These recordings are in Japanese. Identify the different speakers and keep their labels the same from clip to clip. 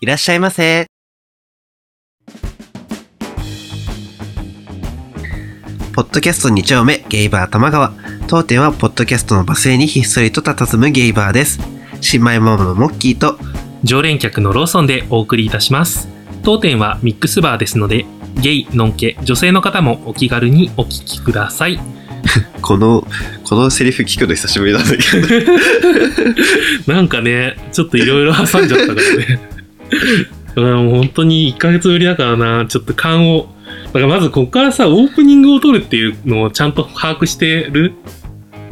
Speaker 1: いらっしゃいませ。ポッドキャスト2丁目、ゲイバー玉川。当店は、ポッドキャストのバスへにひっそりと佇むゲイバーです。新米ママのモッキーと、
Speaker 2: 常連客のローソンでお送りいたします当店はミックスバーですのでゲイノンケ女性の方もお気軽にお聞きください
Speaker 1: この、このセリフ聞くの久しぶりなんだけど。
Speaker 2: なんかねちょっといろいろ挟んじゃったからね うん本当に1ヶ月ぶりだからなちょっと勘をだからまずここからさオープニングを撮るっていうのをちゃんと把握してる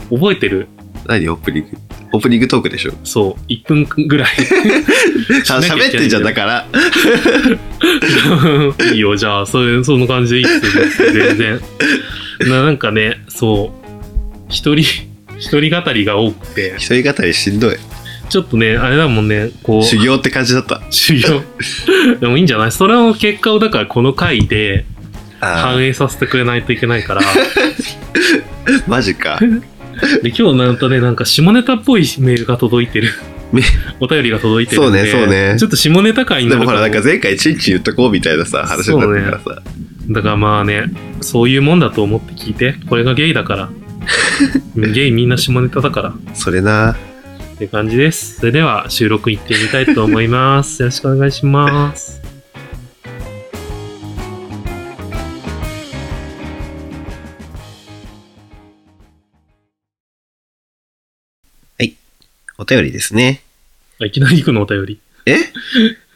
Speaker 2: 覚えてる
Speaker 1: 何オープニングオープニングトークで しょ
Speaker 2: そう1分ぐらい
Speaker 1: あ
Speaker 2: しなき
Speaker 1: 喋
Speaker 2: ゃいけない
Speaker 1: ってんじゃんだから。
Speaker 2: いいよ、じゃあ、それ、その感じでいいですよ、全然。ななんかね、そう、一人、一人語りが多くて、
Speaker 1: 一人語りしんどい。
Speaker 2: ちょっとね、あれだもんね、こう、
Speaker 1: 修行って感じだった。
Speaker 2: 修行。でもいいんじゃないそれの結果を、だからこの回で
Speaker 1: あ
Speaker 2: 反映させてくれないといけないから、
Speaker 1: ーマジか。
Speaker 2: で、今日なんとね、なんか下ネタっぽいメールが届いてる
Speaker 1: め。
Speaker 2: お便りが届いてるんで。
Speaker 1: そうねそうね
Speaker 2: ちょっと下ネタ回に
Speaker 1: で
Speaker 2: なる
Speaker 1: もほ、
Speaker 2: から
Speaker 1: なんか前回チンチン言っとこうみたいなさ、話になってたからさ。
Speaker 2: だからまあね、そういうもんだと思って聞いて、これがゲイ だから。ゲイみんな下ネタだから。っ
Speaker 1: それな。
Speaker 2: て感じです。それでは収録行ってみたいと思います。よろしくお願いします。
Speaker 1: お便りですね。
Speaker 2: あいきなり行くのお便り。
Speaker 1: え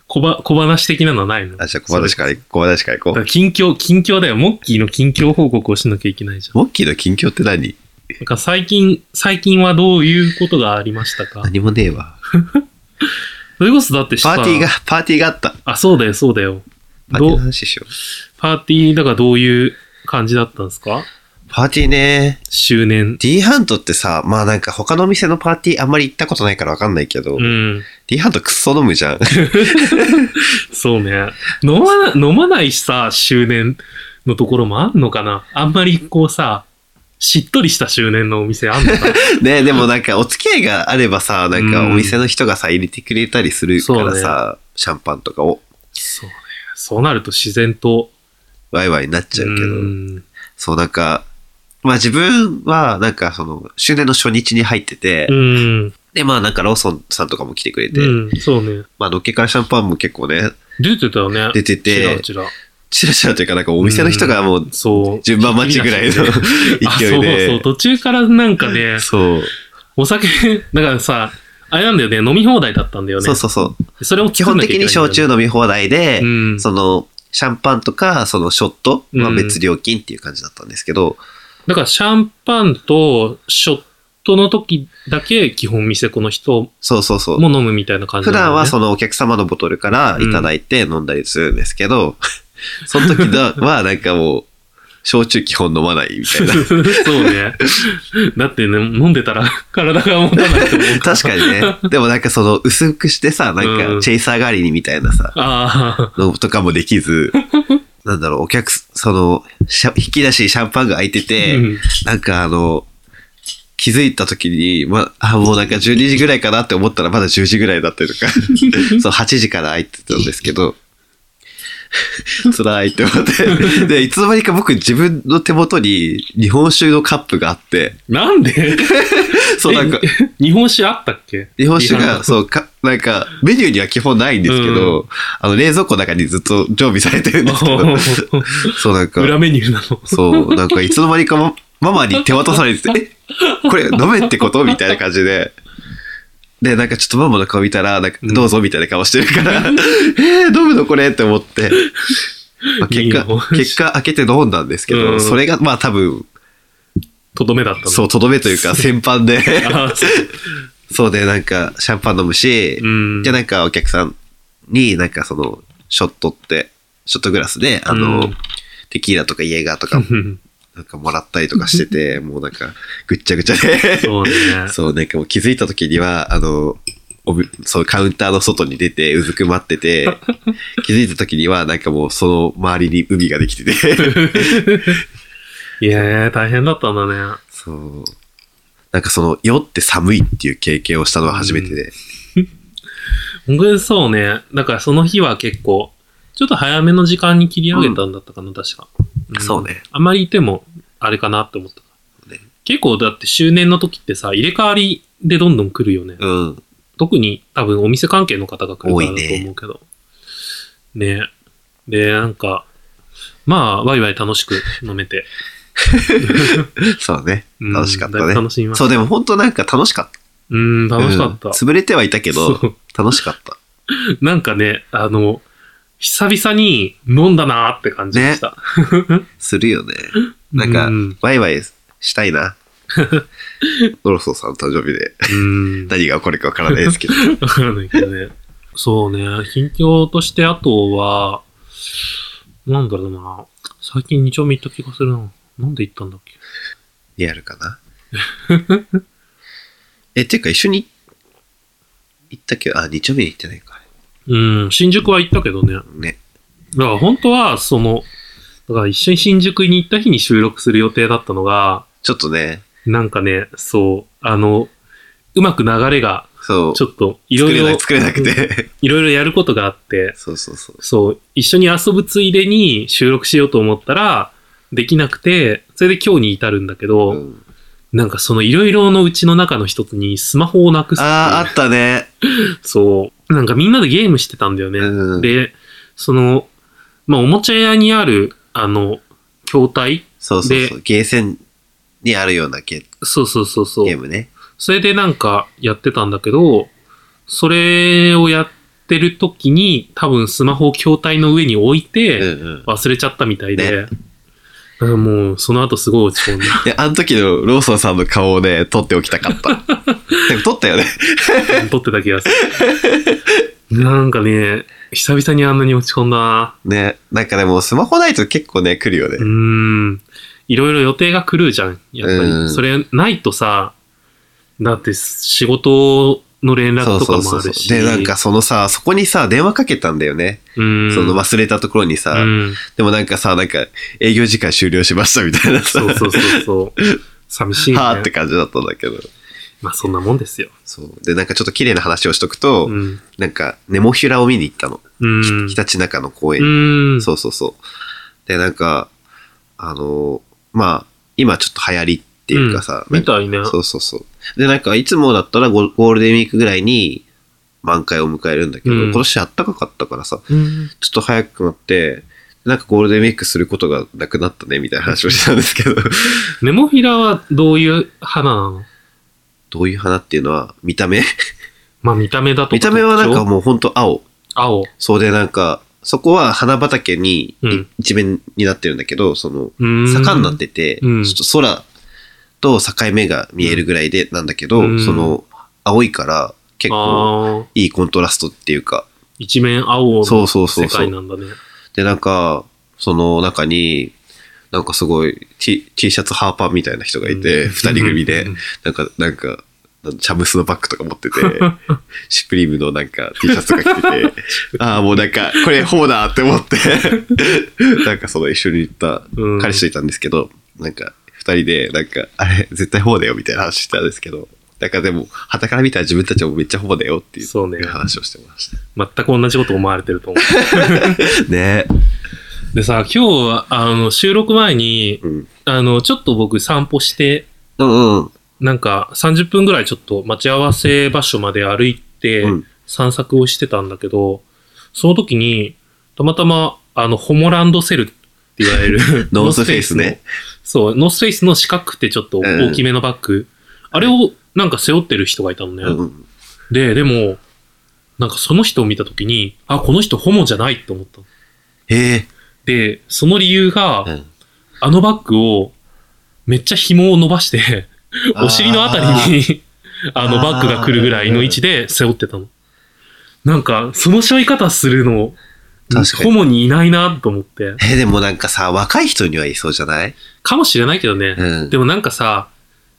Speaker 2: 小ば小話的なのはないの
Speaker 1: あ、じゃあ小話
Speaker 2: か。
Speaker 1: から、小話から行
Speaker 2: だ
Speaker 1: こ
Speaker 2: か
Speaker 1: う
Speaker 2: ら。近況、近況だよ。モッキーの近況報告をしなきゃいけないじゃん。
Speaker 1: モッキーの近況って何
Speaker 2: なんか最近、最近はどういうことがありましたか
Speaker 1: 何もねえわ。
Speaker 2: それこそだって
Speaker 1: パ
Speaker 2: さ
Speaker 1: ーティーが、パーティーがあった。
Speaker 2: あ、そうだよ、そうだよ。
Speaker 1: パーティー
Speaker 2: ど
Speaker 1: の
Speaker 2: う
Speaker 1: 話しよう。
Speaker 2: パーティーだからどういう感じだったんですか
Speaker 1: パーティーね。
Speaker 2: 周年。
Speaker 1: D ハントってさ、まあなんか他のお店のパーティーあんまり行ったことないからわかんないけど、
Speaker 2: うん。
Speaker 1: D ハントくっそ飲むじ ゃん。
Speaker 2: そうね。飲まな、飲まないしさ、周年のところもあんのかなあんまりこうさ、しっとりした周年のお店あんのかな
Speaker 1: ねでもなんかお付き合いがあればさ、なんか
Speaker 2: うん
Speaker 1: お店の人がさ、入れてくれたりするからさ、シャンパンとかを
Speaker 2: そうね。そうなると自然と。
Speaker 1: ワイワイになっちゃうけど、
Speaker 2: うん
Speaker 1: そうなんか、まあ自分はなんかその、周年の初日に入ってて、
Speaker 2: うん。
Speaker 1: でまあなんかローソンさんとかも来てくれて、
Speaker 2: うん。そうね。
Speaker 1: まあのっけからシャンパンも結構ね、
Speaker 2: 出てたよね。
Speaker 1: 出て
Speaker 2: ちら
Speaker 1: て、
Speaker 2: ちら。
Speaker 1: チラチラというかなんかお店の人がもう
Speaker 2: そう。
Speaker 1: 順番待ちぐらいの
Speaker 2: あ、
Speaker 1: 勢
Speaker 2: そ
Speaker 1: いう
Speaker 2: そう。
Speaker 1: で、
Speaker 2: 途中からなんかね、
Speaker 1: そう
Speaker 2: お酒、だからさ、あれなんだよね、飲み放題だったんだよね。
Speaker 1: そうそうそう。
Speaker 2: それを
Speaker 1: 基
Speaker 2: 作ん
Speaker 1: 本
Speaker 2: なきゃ
Speaker 1: 的
Speaker 2: いけないんだよ
Speaker 1: に
Speaker 2: ね
Speaker 1: 焼酎飲み放題で、
Speaker 2: うん。
Speaker 1: その、シャンパンとか、そのショットは
Speaker 2: うん
Speaker 1: 別料金っていう感じだったんですけど、
Speaker 2: だからシャンパンとショットの時だけ基本店この人
Speaker 1: そうそうそう。
Speaker 2: も飲むみたいな感じ
Speaker 1: 普
Speaker 2: な
Speaker 1: 段
Speaker 2: のね、
Speaker 1: はそのお客様のボトルからいただいて飲んだりするんですけ ど、その時だはなんかもう、焼酎基本飲まないみた いな。
Speaker 2: そうね。だってね、飲んでたら体が持たないと思う
Speaker 1: 確かにね。でもなんかその薄くしてさ、なん
Speaker 2: う
Speaker 1: か
Speaker 2: ん
Speaker 1: チェイサー代わりにみたいなさ、
Speaker 2: あ
Speaker 1: のとかもでき ず、なんだろう、お客す、その、シャ引き出しにシャンパンが開いて
Speaker 2: あ。
Speaker 1: て、
Speaker 2: うん
Speaker 1: なんかあの、気づいた時に、ま、あ、もうなんか12時ぐらいかなって思ったらまだ10時ぐらいだったりと か、そう、8時から空いてたんですけど、 辛いって思 って。で、いつの間にか僕自分の手元に日本酒のカップがあって、
Speaker 2: なんで
Speaker 1: そうなんか、
Speaker 2: 日本酒あったっけ
Speaker 1: 日本酒
Speaker 2: リハ
Speaker 1: が、
Speaker 2: の
Speaker 1: そう、か、なんか、メニューには基本ないんですけど、あの、冷蔵庫の中にずっと常備されてるんですけど、そうなんか、
Speaker 2: 裏メニューなの。
Speaker 1: そう、なんかいつの間に かマママに手渡されてて、えこれ飲めってことみたいな感じで。で、なんかちょっとママの顔見たら、なんか
Speaker 2: うん
Speaker 1: どうぞみたいな顔してるから、 えー、飲むのこれって思って。まあ
Speaker 2: いい
Speaker 1: 結
Speaker 2: よ
Speaker 1: 果、結果開けて飲んだんですけど、
Speaker 2: うん
Speaker 1: それがまあ多分、
Speaker 2: とどめだったの。
Speaker 1: そう、とどめという か先般で、
Speaker 2: あーそう
Speaker 1: そうで、なんかシャンパン飲むし、
Speaker 2: うん。
Speaker 1: で、なんかお客さんになんかその、ショットって、ショットグラスで、あの、
Speaker 2: うん
Speaker 1: テキーラとかイエガーとか
Speaker 2: うん
Speaker 1: なんかもらったりとかしてて、もうなんか、ぐっちゃぐちゃ で。
Speaker 2: そうね。
Speaker 1: そう、なんかもう気づいた時には、あの、おぶそうカウンターの外に出て、うずくまって て、気づいた時には、なんかもうその周りに海ができてて。
Speaker 2: いやー、大変だったんだね。
Speaker 1: そう。なんかその、酔って寒いっていう経験をしたのは初めてで。
Speaker 2: 僕そうね。だからその日は結構、ちょっと早めの時間に切り上げたんだったかな、確か、ん
Speaker 1: そうね。
Speaker 2: あんまりいても、あれかなって思った。
Speaker 1: ね
Speaker 2: 結構だって周年の時ってさ、入れ替わりでどんどん来るよね。
Speaker 1: うん。
Speaker 2: 特に多分お店関係の方が来るから
Speaker 1: 多い
Speaker 2: だと
Speaker 1: ね
Speaker 2: 思うけど。ねで、なんか、まあ、ワイワイ楽しく飲めて。
Speaker 1: そうね。
Speaker 2: うん
Speaker 1: 楽しかった
Speaker 2: だいぶ
Speaker 1: ね。
Speaker 2: 楽しみました
Speaker 1: そう、でも本当なんか楽しかった。
Speaker 2: うん、楽しかった。
Speaker 1: うん潰れてはいたけど、
Speaker 2: そう
Speaker 1: 楽しかった。
Speaker 2: なんかね、あの、久々に飲んだなーって感じでした。
Speaker 1: するよね。なんか
Speaker 2: うん、
Speaker 1: ワイワイしたい な。ドロソーさんの誕生日で、
Speaker 2: うん。
Speaker 1: 何が起こるかわからないですけど。
Speaker 2: わからないけどね。そうね、近況としてあとは、なんだろうな。最近2丁目行った気がするな。なんで行ったんだっけ
Speaker 1: リアルかな。 え、ていうか一緒に行ったけど、あ、二丁目行ってないか。
Speaker 2: うん、新宿は行ったけどね。
Speaker 1: ね。
Speaker 2: だから本当は、その、だから一緒に新宿に行った日に収録する予定だったのが、
Speaker 1: ちょっとね、
Speaker 2: なんかね、そう、あの、うまく流れが、
Speaker 1: そう。
Speaker 2: ちょっと、いろいろ、
Speaker 1: 作れな作れなくて。
Speaker 2: いろいろやることがあって、
Speaker 1: そうそうそう。
Speaker 2: そう、一緒に遊ぶついでに収録しようと思ったら、できなくて、それで今日に至るんだけど、
Speaker 1: うん
Speaker 2: なんかそのいろいろのうちの中の一つにスマホをなくすっていう
Speaker 1: ああ、あったね。
Speaker 2: そう、なんかみんなでゲームしてたんだよね。
Speaker 1: うん
Speaker 2: で、その、まあ、おもちゃ屋にある、あの、筐体
Speaker 1: そうそうそう。ゲーセンにあるようなゲ
Speaker 2: そうそうそうそ
Speaker 1: ゲー
Speaker 2: う。
Speaker 1: ムね。
Speaker 2: それでなんかやってたんだけど、それをやってる時に多分スマホを筐体の上に置い
Speaker 1: うんう
Speaker 2: て
Speaker 1: ん。
Speaker 2: 忘れちゃったみたいで、なんかもうその後すごい落 ち込んだ。
Speaker 1: で、あの時のローソンさんの顔をね、撮っておきたかった。 でも撮ったよね。
Speaker 2: 撮ってた気がする。なんかね、久々にあんなに落ち込んだな。
Speaker 1: ね。なんかでもスマホないと結構ね、来るよ
Speaker 2: う
Speaker 1: ね。
Speaker 2: ーん。いろいろ予定が狂うじゃん。やっぱ
Speaker 1: う
Speaker 2: り。
Speaker 1: ん
Speaker 2: それないとさ、だって仕事の連
Speaker 1: そ
Speaker 2: 絡
Speaker 1: う
Speaker 2: とか
Speaker 1: そう
Speaker 2: も
Speaker 1: そ
Speaker 2: あ
Speaker 1: うそ
Speaker 2: る
Speaker 1: う。
Speaker 2: し。
Speaker 1: で、なんかそのさ、そこにさ、電話かけたんだよね。
Speaker 2: うん、
Speaker 1: その忘れたところにさ、
Speaker 2: うん
Speaker 1: でもなんかさ、なんか営業時間終了しましたみたいなさ、
Speaker 2: そう そうそうそう。寂しい、ね。
Speaker 1: はあって感じだったんだけど。
Speaker 2: まあそんなもんですよ。
Speaker 1: そう。で、なんかちょっと綺麗な話をしとくと、
Speaker 2: うん。
Speaker 1: なんかネモフィラを見に行ったの。
Speaker 2: うん。
Speaker 1: ひたちなかの公園に
Speaker 2: うん。
Speaker 1: そうそうそう。で、なんか、あの、まあ、今ちょっと流行りっていうかさ、
Speaker 2: うん
Speaker 1: なんか
Speaker 2: みたいね
Speaker 1: そうそうそう。で、なんか、いつもだったらゴゴールデンウィークぐらいに満開を迎えるんだけど、
Speaker 2: うん
Speaker 1: 今年あったかかったからさ、
Speaker 2: うん。
Speaker 1: ちょっと早くなって、なんかゴールデンウィークすることがなくなったね、みたいな話をしたんです けど、
Speaker 2: ネモフィラはどういう花なの
Speaker 1: どういう花っていうのは、見 た目
Speaker 2: まあ見た目だと
Speaker 1: 見た目はなんかもうほんと青。
Speaker 2: 青。
Speaker 1: そうで、なんか、そこは花畑にい、
Speaker 2: うん
Speaker 1: 一面になってるんだけど、その、
Speaker 2: うん。
Speaker 1: 坂になってて、
Speaker 2: うん
Speaker 1: ちょっと空と境目が見えるぐらいでなんだけど、
Speaker 2: うん
Speaker 1: その青いから結構
Speaker 2: ああ。
Speaker 1: いいコントラストっていうか
Speaker 2: 一面青
Speaker 1: そ
Speaker 2: の
Speaker 1: うそうそ
Speaker 2: 世
Speaker 1: うそ
Speaker 2: 界
Speaker 1: う
Speaker 2: なんだね。
Speaker 1: でなんかその中になんかすごい T, T シャツハーパーみたいな人がいて、
Speaker 2: うん
Speaker 1: 二人組で
Speaker 2: うん
Speaker 1: なんかなんかチャムスのバッグとか持って てシュプリームのなんか T シャツとか着ててああもうなんかこれホーだーって思って なんかその一緒に行った
Speaker 2: うん
Speaker 1: 彼氏といたんですけど、なんか二人でなんかあれ絶対ホーだよみたいな話したんですけどなんかでも傍から見たら自分たちもめっちゃホーだよっていう
Speaker 2: そうね
Speaker 1: いう話をしてまし
Speaker 2: 全く同じこと思われてると思う。
Speaker 1: たね
Speaker 2: でさ、今日は、あの、収録前に、
Speaker 1: うん
Speaker 2: あの、ちょっと僕散歩して、
Speaker 1: うんうん
Speaker 2: なんか30分ぐらいちょっと待ち合わせ場所まで歩いて、
Speaker 1: うん。
Speaker 2: 散策をしてたんだけど、その時に、たまたま、あの、ホモランドセルって言われる
Speaker 1: ノースフェイスね。
Speaker 2: そう、ノースフェイスの四角くてちょっと
Speaker 1: うん
Speaker 2: 大きめのバッグ。あれをなんか背負ってる人がいたのね。
Speaker 1: うんうん
Speaker 2: で、でも、なんかその人を見た時に、あ、この人ホモじゃないって思ったの。
Speaker 1: へえ
Speaker 2: で、その理由が、
Speaker 1: うん
Speaker 2: あのバッグを、めっちゃ紐を伸ばして、
Speaker 1: あー
Speaker 2: お尻のあた りに、あのバッグが来るぐらいの位置で背負ってたの。なんか、その背負い方するの、
Speaker 1: 確かに
Speaker 2: ホモにいないなと思って。
Speaker 1: えでもなんかさ若い人にはいそうじゃない
Speaker 2: かもしれないけどね。
Speaker 1: うん
Speaker 2: でもなんかさ、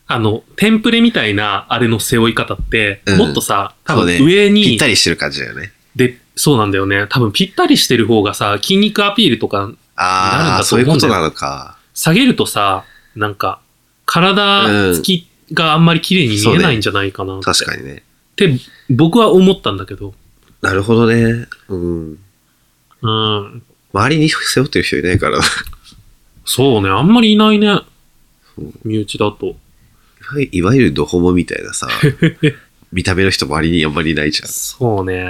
Speaker 2: あの、テンプレみたいなあれの背負い方って、
Speaker 1: うん
Speaker 2: もっとさ、多分
Speaker 1: そうね
Speaker 2: 上
Speaker 1: ぴっ
Speaker 2: に、
Speaker 1: たりしてる感じだよね
Speaker 2: で、そうなんだよね。多分ぴったりしてる方がさ、筋肉アピールとかなるん
Speaker 1: ああ
Speaker 2: だと
Speaker 1: そういう
Speaker 2: 思
Speaker 1: うん
Speaker 2: だよ
Speaker 1: ことなのか
Speaker 2: 下げるとさ、なんか、体つきがあんまり綺麗に見えないんじゃないかなって。
Speaker 1: 確かにね
Speaker 2: って、僕は思ったんだけど、
Speaker 1: なるほどね。うん。
Speaker 2: うん。
Speaker 1: 周りに背負ってる人いないから、
Speaker 2: そうね、あんまりいないね
Speaker 1: そう。
Speaker 2: 身内だと。
Speaker 1: いわゆるドホモみたいな さ、見た目の人周りにあんまりいないじゃん。
Speaker 2: そうね。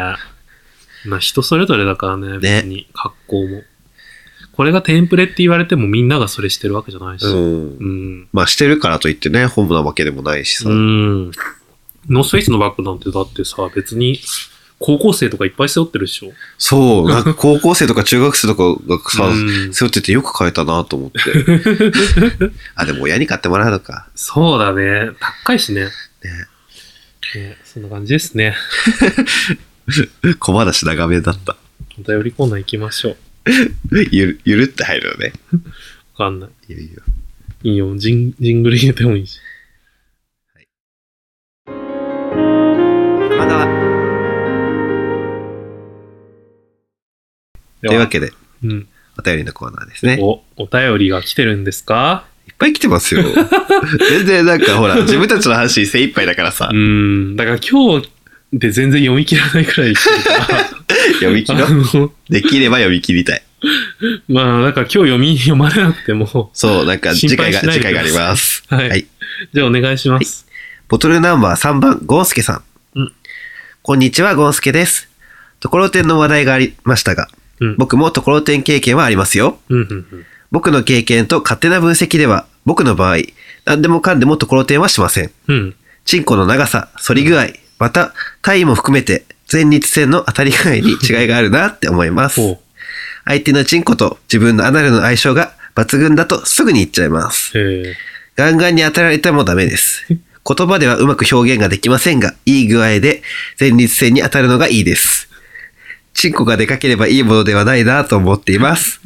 Speaker 2: まあ人それぞれだからね、
Speaker 1: ね
Speaker 2: 別に格好も。これがテンプレって言われてもみんながそれしてるわけじゃないし。
Speaker 1: うん。
Speaker 2: うん。
Speaker 1: まあしてるからといってね、ホモなわけでもないしさ。
Speaker 2: うん。ノースフェイスのバッグなんてだってさ、別に高校生とかいっぱい背負ってるでしょ。
Speaker 1: そう、が高校生とか中学生とかがさ、
Speaker 2: うん
Speaker 1: 背負っててよく買えたなと思っ て。あ、でも親に買ってもらうのか。
Speaker 2: そうだね。高いしね。ねそんな感じですね。
Speaker 1: 小話長めだった。
Speaker 2: お便りコーナー行きましょう。
Speaker 1: ゆる、ゆるって入るのね。
Speaker 2: わかんない。
Speaker 1: いいよいいよ
Speaker 2: いいよ。ジンジングル入れてもいいし。
Speaker 1: まだ。というわけで、
Speaker 2: うん。
Speaker 1: お便りのコーナーですね。
Speaker 2: お、お便りが来てるんですか
Speaker 1: いっぱい来てます よ。全然なんかほら、自分たちの話精一杯だからさ
Speaker 2: う、ん。だから今日で全然読み切らないくらい来てるから
Speaker 1: 読み切ろ
Speaker 2: あ
Speaker 1: う。
Speaker 2: の、
Speaker 1: できれば読み切りたい。
Speaker 2: まあ、だから今日読み、読まれなくても。
Speaker 1: そう、なんか次回が、
Speaker 2: 心配しな
Speaker 1: 次回
Speaker 2: いでください
Speaker 1: があります。
Speaker 2: はい。
Speaker 1: はい
Speaker 2: じゃあお願いします。
Speaker 1: ボトルナンバー3番、ゴンスケさん。
Speaker 2: うん
Speaker 1: こんにちは、ゴンスケです。ところてんの話題がありましたが、
Speaker 2: うん。
Speaker 1: 僕もところてん経験はありますよ。
Speaker 2: うん、うん、
Speaker 1: 僕の経験と勝手な分析では、僕の場合、何でもかんでもところてんはしません。
Speaker 2: うん。うん。
Speaker 1: チンコの長さ、反り具合、また、体位も含めて、前立腺の当たり具合に違いがあるなって思いま
Speaker 2: お
Speaker 1: す。相手のチンコと自分のアナルの相性が抜群だとすぐに言っちゃいます。
Speaker 2: へえ。
Speaker 1: ガンガンに当てられてもダメ です。言葉ではうまく表現ができませんが、いい具合で前立腺に当たるのがいいです。チンコがでかければいいものではないなと思ってい ます。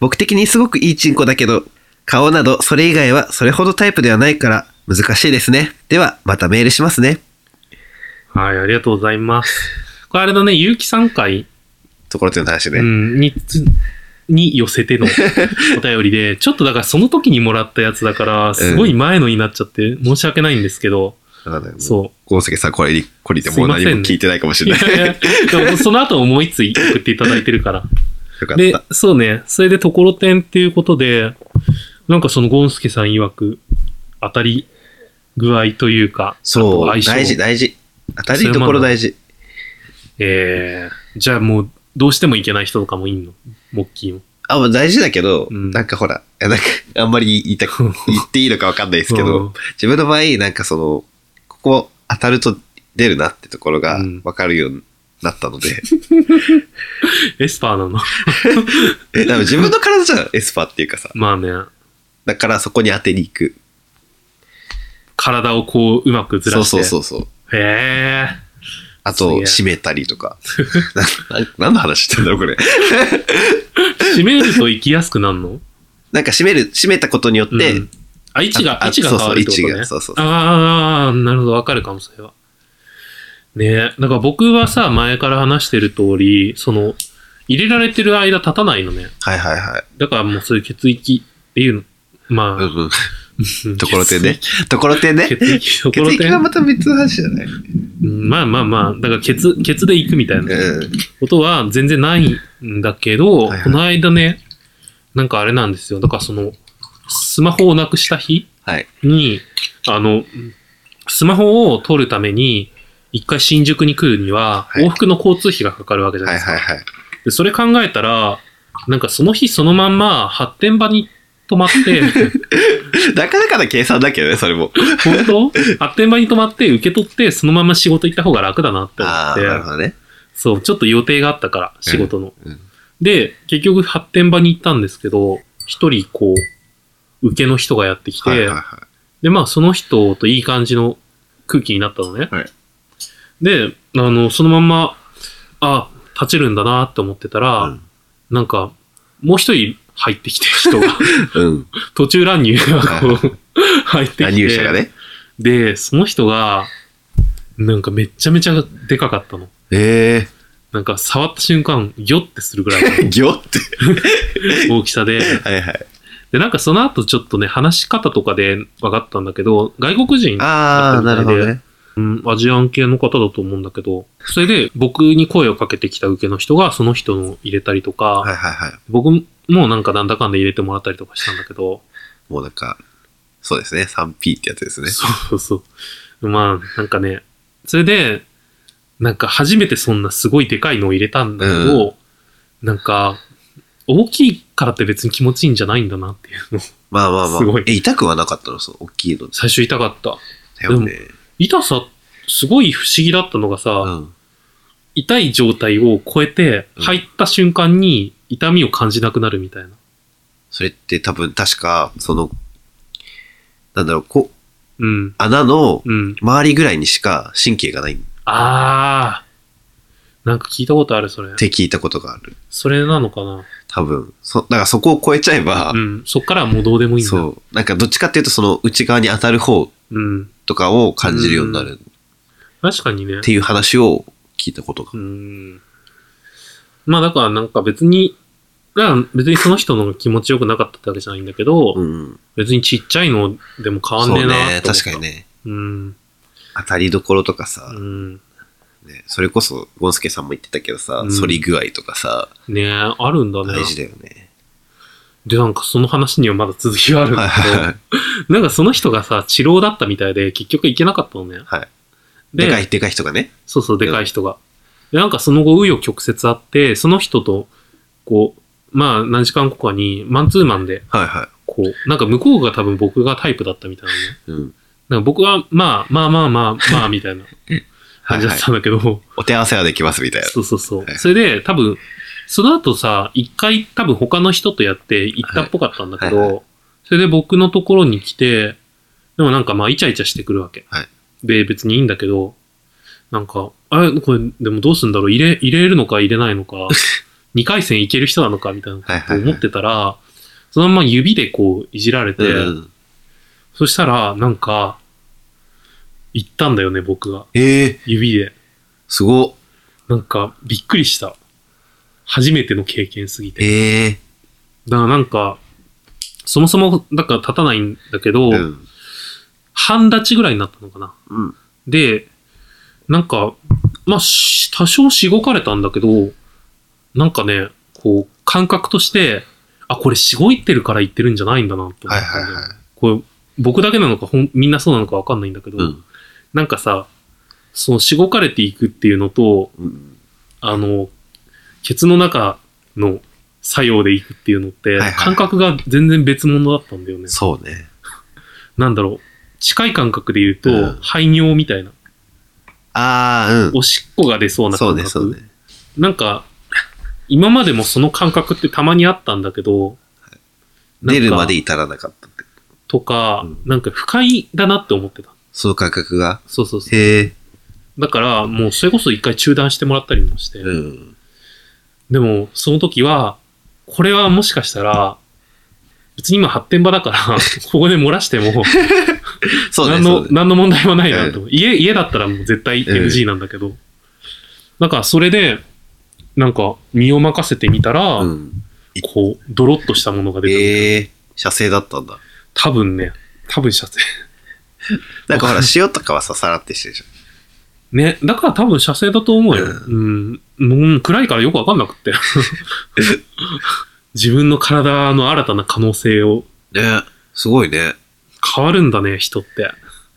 Speaker 1: 僕的にすごくいいチンコだけど、顔などそれ以外はそれほどタイプではないから難しいですね。では、またメールしますね。
Speaker 2: はい、ありがとうございます。これあれだね、結城さん回
Speaker 1: ところてんの話ね。
Speaker 2: うん、につ、に寄せ てのお便りで、ちょっとだからその時にもらったやつだから、すごい前のになっちゃって申し訳ないんですけど、そう。
Speaker 1: ゴースケさん、これに、これでもう何も聞いてないかもし
Speaker 2: い
Speaker 1: れな
Speaker 2: や
Speaker 1: い。
Speaker 2: いや でもその後思いつい送っていただいてるから。
Speaker 1: よかっ
Speaker 2: で
Speaker 1: た。、
Speaker 2: そうね。それでところてんっていうことで、なんかそのゴンスケさん曰く、当たり具合というか、
Speaker 1: そう、
Speaker 2: あと相性
Speaker 1: 大事、大事。当たりところ大事。
Speaker 2: えー、じゃあもう、どうしてもいけない人とかもいんのモッキーも。
Speaker 1: あ、まあ大事だけど、
Speaker 2: うん
Speaker 1: なんかほら、いやなんか、 あんまり言いた く、言っていいのかわかんないですけ
Speaker 2: う
Speaker 1: ど
Speaker 2: ん、
Speaker 1: 自分の場合、なんかその、ここ当たると出るなってところが
Speaker 2: うん
Speaker 1: わかるようになったので、
Speaker 2: エスパーなの。
Speaker 1: え、多分自分の体じゃん、エスパーっていうかさ。
Speaker 2: まあね、
Speaker 1: だからそこに当てに行く。
Speaker 2: 体をこう、うまくず
Speaker 1: そ
Speaker 2: ら
Speaker 1: う
Speaker 2: して。
Speaker 1: そうそうそう。
Speaker 2: へえ。
Speaker 1: あ
Speaker 2: すげえ
Speaker 1: と、締めたりとか。な な何の話してんだろう、これ。
Speaker 2: 締めると行きやすくなるの
Speaker 1: なんか締める、締めたことによって、
Speaker 2: うんあ、位置が、
Speaker 1: あ
Speaker 2: 位置が変わるってことね。
Speaker 1: そうそう位置がそうそう
Speaker 2: ああ、なるほど、わかるかも、それは。ねえ、だから僕はさ、前から話してる通り、その、入れられてる間立たないのね。
Speaker 1: はいはいはい。
Speaker 2: だからもうそういう血液っていうの、ま
Speaker 1: う
Speaker 2: あ、
Speaker 1: んうん。ところてんね。ところてんね。
Speaker 2: 血液、とこ
Speaker 1: 血
Speaker 2: ろ
Speaker 1: 液
Speaker 2: て
Speaker 1: はまた別の話じゃない。
Speaker 2: うんまあまあまあ、だからケツ、ケツで行くみたいな
Speaker 1: うん。
Speaker 2: ことは全然ないんだけど、
Speaker 1: いはい
Speaker 2: この間ね、なんかあれなんですよ。だからその、スマホをなくした日
Speaker 1: はい。
Speaker 2: に、あの、スマホを取るために、一回新宿に来るには、
Speaker 1: はい
Speaker 2: 往復の交通費がかかるわけじゃな
Speaker 1: はいい
Speaker 2: ですか。
Speaker 1: はいはい。
Speaker 2: でそれ考えたら、なんかその日そのまんま発展場に泊ま って、
Speaker 1: なかなかな計算だけどね、それも。
Speaker 2: 本当発展場に泊まって受け取って、そのまま仕事行った方が楽だなって
Speaker 1: ああ、なる
Speaker 2: 思
Speaker 1: ほ
Speaker 2: って、
Speaker 1: どね。
Speaker 2: そう、ちょっと予定があったから、仕事の。
Speaker 1: うん
Speaker 2: で、結局発展場に行ったんですけど、一人こう、受けの人がやってきて、
Speaker 1: はいはいは
Speaker 2: で、まあ、その人といい感じの空気になったのね。
Speaker 1: はい
Speaker 2: で、あの、そのまんま、あ、立ちるんだなって思ってたら、
Speaker 1: うん
Speaker 2: なんか、もう一人入ってきて、人が。
Speaker 1: い。うん。
Speaker 2: 途中乱入が
Speaker 1: はい
Speaker 2: こう、入って
Speaker 1: 乱
Speaker 2: き
Speaker 1: 入者が
Speaker 2: て。
Speaker 1: ね。
Speaker 2: で、その人が、なんかめっちゃめちゃでかかったの。
Speaker 1: え
Speaker 2: なんか触った瞬間、ギョってするぐらい
Speaker 1: え。ぎょって。
Speaker 2: の大きさで、
Speaker 1: はいはい。
Speaker 2: で、なんかその後ちょっとね、話し方とかで分かったんだけど、外国人
Speaker 1: ああ、なるほどね。
Speaker 2: うん、アジアン系の方だと思うんだけど、それで僕に声をかけてきた受けの人がその人の入れたりとか、
Speaker 1: はいはいはい。
Speaker 2: 僕もなんかなんだかんだ入れてもらったりとかしたんだけど、
Speaker 1: もうなんか、そうですね。3P ってやつですね。
Speaker 2: そうそうそう。まあ、なんかね、それで、なんか初めてそんなすごいでかいのを入れたんだけど、なんか、大きいからって別に気持ちいいんじゃないんだなっていうの。
Speaker 1: まあまあますあ
Speaker 2: ごい。
Speaker 1: え、痛くはなかったのそう、大きいの。
Speaker 2: 最初痛かった。
Speaker 1: だよね。
Speaker 2: 痛さ、すごい不思議だったのがさ、
Speaker 1: うん。
Speaker 2: 痛い状態を超えて、
Speaker 1: うん
Speaker 2: 入った瞬間に痛みを感じなくなるみたいな。
Speaker 1: それって多分確か、その、なんだろう、こう、
Speaker 2: うん。
Speaker 1: 穴の
Speaker 2: うん。
Speaker 1: 周りぐらいにしか神経がないっ
Speaker 2: あー。なんか聞いたことある、それ。
Speaker 1: て聞いたことがある。
Speaker 2: それなのかな。
Speaker 1: 多分。そ、だからそこを超えちゃえば
Speaker 2: う、ん。そっからはもうどうでもいいんだ。
Speaker 1: そう。なんかどっちかっていうとその内側に当たる方
Speaker 2: うん。
Speaker 1: とかを感じるようになるっ
Speaker 2: 確かにね。
Speaker 1: ていう話を聞いたことが
Speaker 2: う。ん。まあだからなんか別に、まあ別にその人の気持ちよくなかったってわけじゃないんだけど、
Speaker 1: うん。
Speaker 2: 別にちっちゃいのでも変わんねえ
Speaker 1: そう
Speaker 2: な
Speaker 1: ね。
Speaker 2: と思った
Speaker 1: 確かに。ね。
Speaker 2: うん。
Speaker 1: 当たりどころとかさ
Speaker 2: う、ん。
Speaker 1: ね、それこそ、ゴンスケさんも言ってたけどさ、
Speaker 2: うん
Speaker 1: 反り具合とかさ、
Speaker 2: ねえ、あるんだね
Speaker 1: 大。事だよね。
Speaker 2: で、なんかその話にはまだ続きがあるん
Speaker 1: はい
Speaker 2: だ
Speaker 1: はいはい
Speaker 2: け。ど、なんかその人がさ、治療だったみたいで、結局行けなかったのね。
Speaker 1: はい。
Speaker 2: で
Speaker 1: でかい、でかい人がね。
Speaker 2: そうそう、でかい人が。で、なんかその後、紆余曲折あって、その人と、こう、まあ何時間後かに、マンツーマンで、
Speaker 1: はいは
Speaker 2: こう、なんか向こうが多分僕がタイプだったみたいなのね。
Speaker 1: い。うん。
Speaker 2: なんか僕は、まあ、まあまあまあ、まあ、みたいな
Speaker 1: は
Speaker 2: 感
Speaker 1: い
Speaker 2: じだ
Speaker 1: は
Speaker 2: っ
Speaker 1: い。
Speaker 2: たんだけど、
Speaker 1: お手合わせはできますみたいな。
Speaker 2: そうそうそ
Speaker 1: は
Speaker 2: う。
Speaker 1: い
Speaker 2: それで、多分、その後さ、一回多分他の人とやって行ったっぽかったんだけど、
Speaker 1: はいは
Speaker 2: それで僕のところに来て、でもなんかまあ、イチャイチャしてくるわけ。
Speaker 1: はい
Speaker 2: で、別にいいんだけど、なんか、あれ、これ、でもどうすんだろう入れ、入れるのか入れない のか、二回戦いける人なのかみたいなことを思ってたら、そのまま指でこう、いじられて、
Speaker 1: うん。
Speaker 2: そしたら、なんか、行ったんだよね、僕が。
Speaker 1: ええー、
Speaker 2: 指で。
Speaker 1: すごっ。
Speaker 2: なんか、びっくりした。初めての経験すぎて。
Speaker 1: ええ
Speaker 2: だからなんか、そもそも、だから立たないんだけど、
Speaker 1: うん。
Speaker 2: 半立ちぐらいになったのかな。
Speaker 1: うん。
Speaker 2: で、なんか、まあ、し多少しごかれたんだけど、なんかね、こう、感覚として、あ、これしごいてるから言ってるんじゃないんだなと思ったん
Speaker 1: は
Speaker 2: だ
Speaker 1: い
Speaker 2: よ
Speaker 1: はいはい。
Speaker 2: これ、僕だけなのか、ほんみんなそうなのかわかんないんだけど、
Speaker 1: うん
Speaker 2: なんかさ、そのしごかれていくっていうのと、
Speaker 1: うん。
Speaker 2: あの、ケツの中の作用でいくっていうのって、
Speaker 1: はいはい
Speaker 2: 感覚が全然別物だったんだよね。
Speaker 1: そうね。
Speaker 2: なんだろう。近い感覚で言うと、
Speaker 1: うん
Speaker 2: 排尿みたいな。
Speaker 1: ああ、う。
Speaker 2: おしっこが出そうなん
Speaker 1: そ
Speaker 2: 感
Speaker 1: うね、
Speaker 2: 覚。
Speaker 1: そうね。
Speaker 2: なんか、今までもその感覚ってたまにあったんだけど、なん
Speaker 1: 出
Speaker 2: か
Speaker 1: るまで至らなかったって。
Speaker 2: とか、
Speaker 1: うん
Speaker 2: なんか不快だなって思ってた。
Speaker 1: その感覚が。
Speaker 2: そうそうそう。
Speaker 1: へえ。
Speaker 2: だから、もうそれこそ一回中断してもらったりもして。
Speaker 1: うん。
Speaker 2: でも、その時は、これはもしかしたら、別に今発展場だから、 ここで漏らしても、
Speaker 1: そうね。
Speaker 2: 何
Speaker 1: そ
Speaker 2: の、
Speaker 1: うね
Speaker 2: 何の問題はないなと。家、家だったらもう絶対 NG なんだけど。だから、それで、なんか、身を任せてみたら、
Speaker 1: うん。
Speaker 2: こう、ドロッとしたものが出てくる、
Speaker 1: ええ射精だったんだ。
Speaker 2: 多分ね、多分射精。
Speaker 1: なんかほら、塩とかはさ、さらってしてるじ
Speaker 2: ね、だから多分射精だと思うよ。
Speaker 1: う
Speaker 2: うん。もう暗いからよくわかんなくって。 自分の体の新たな可能性を
Speaker 1: ゃん。ね。すごいね。
Speaker 2: 変わるんだね、人って。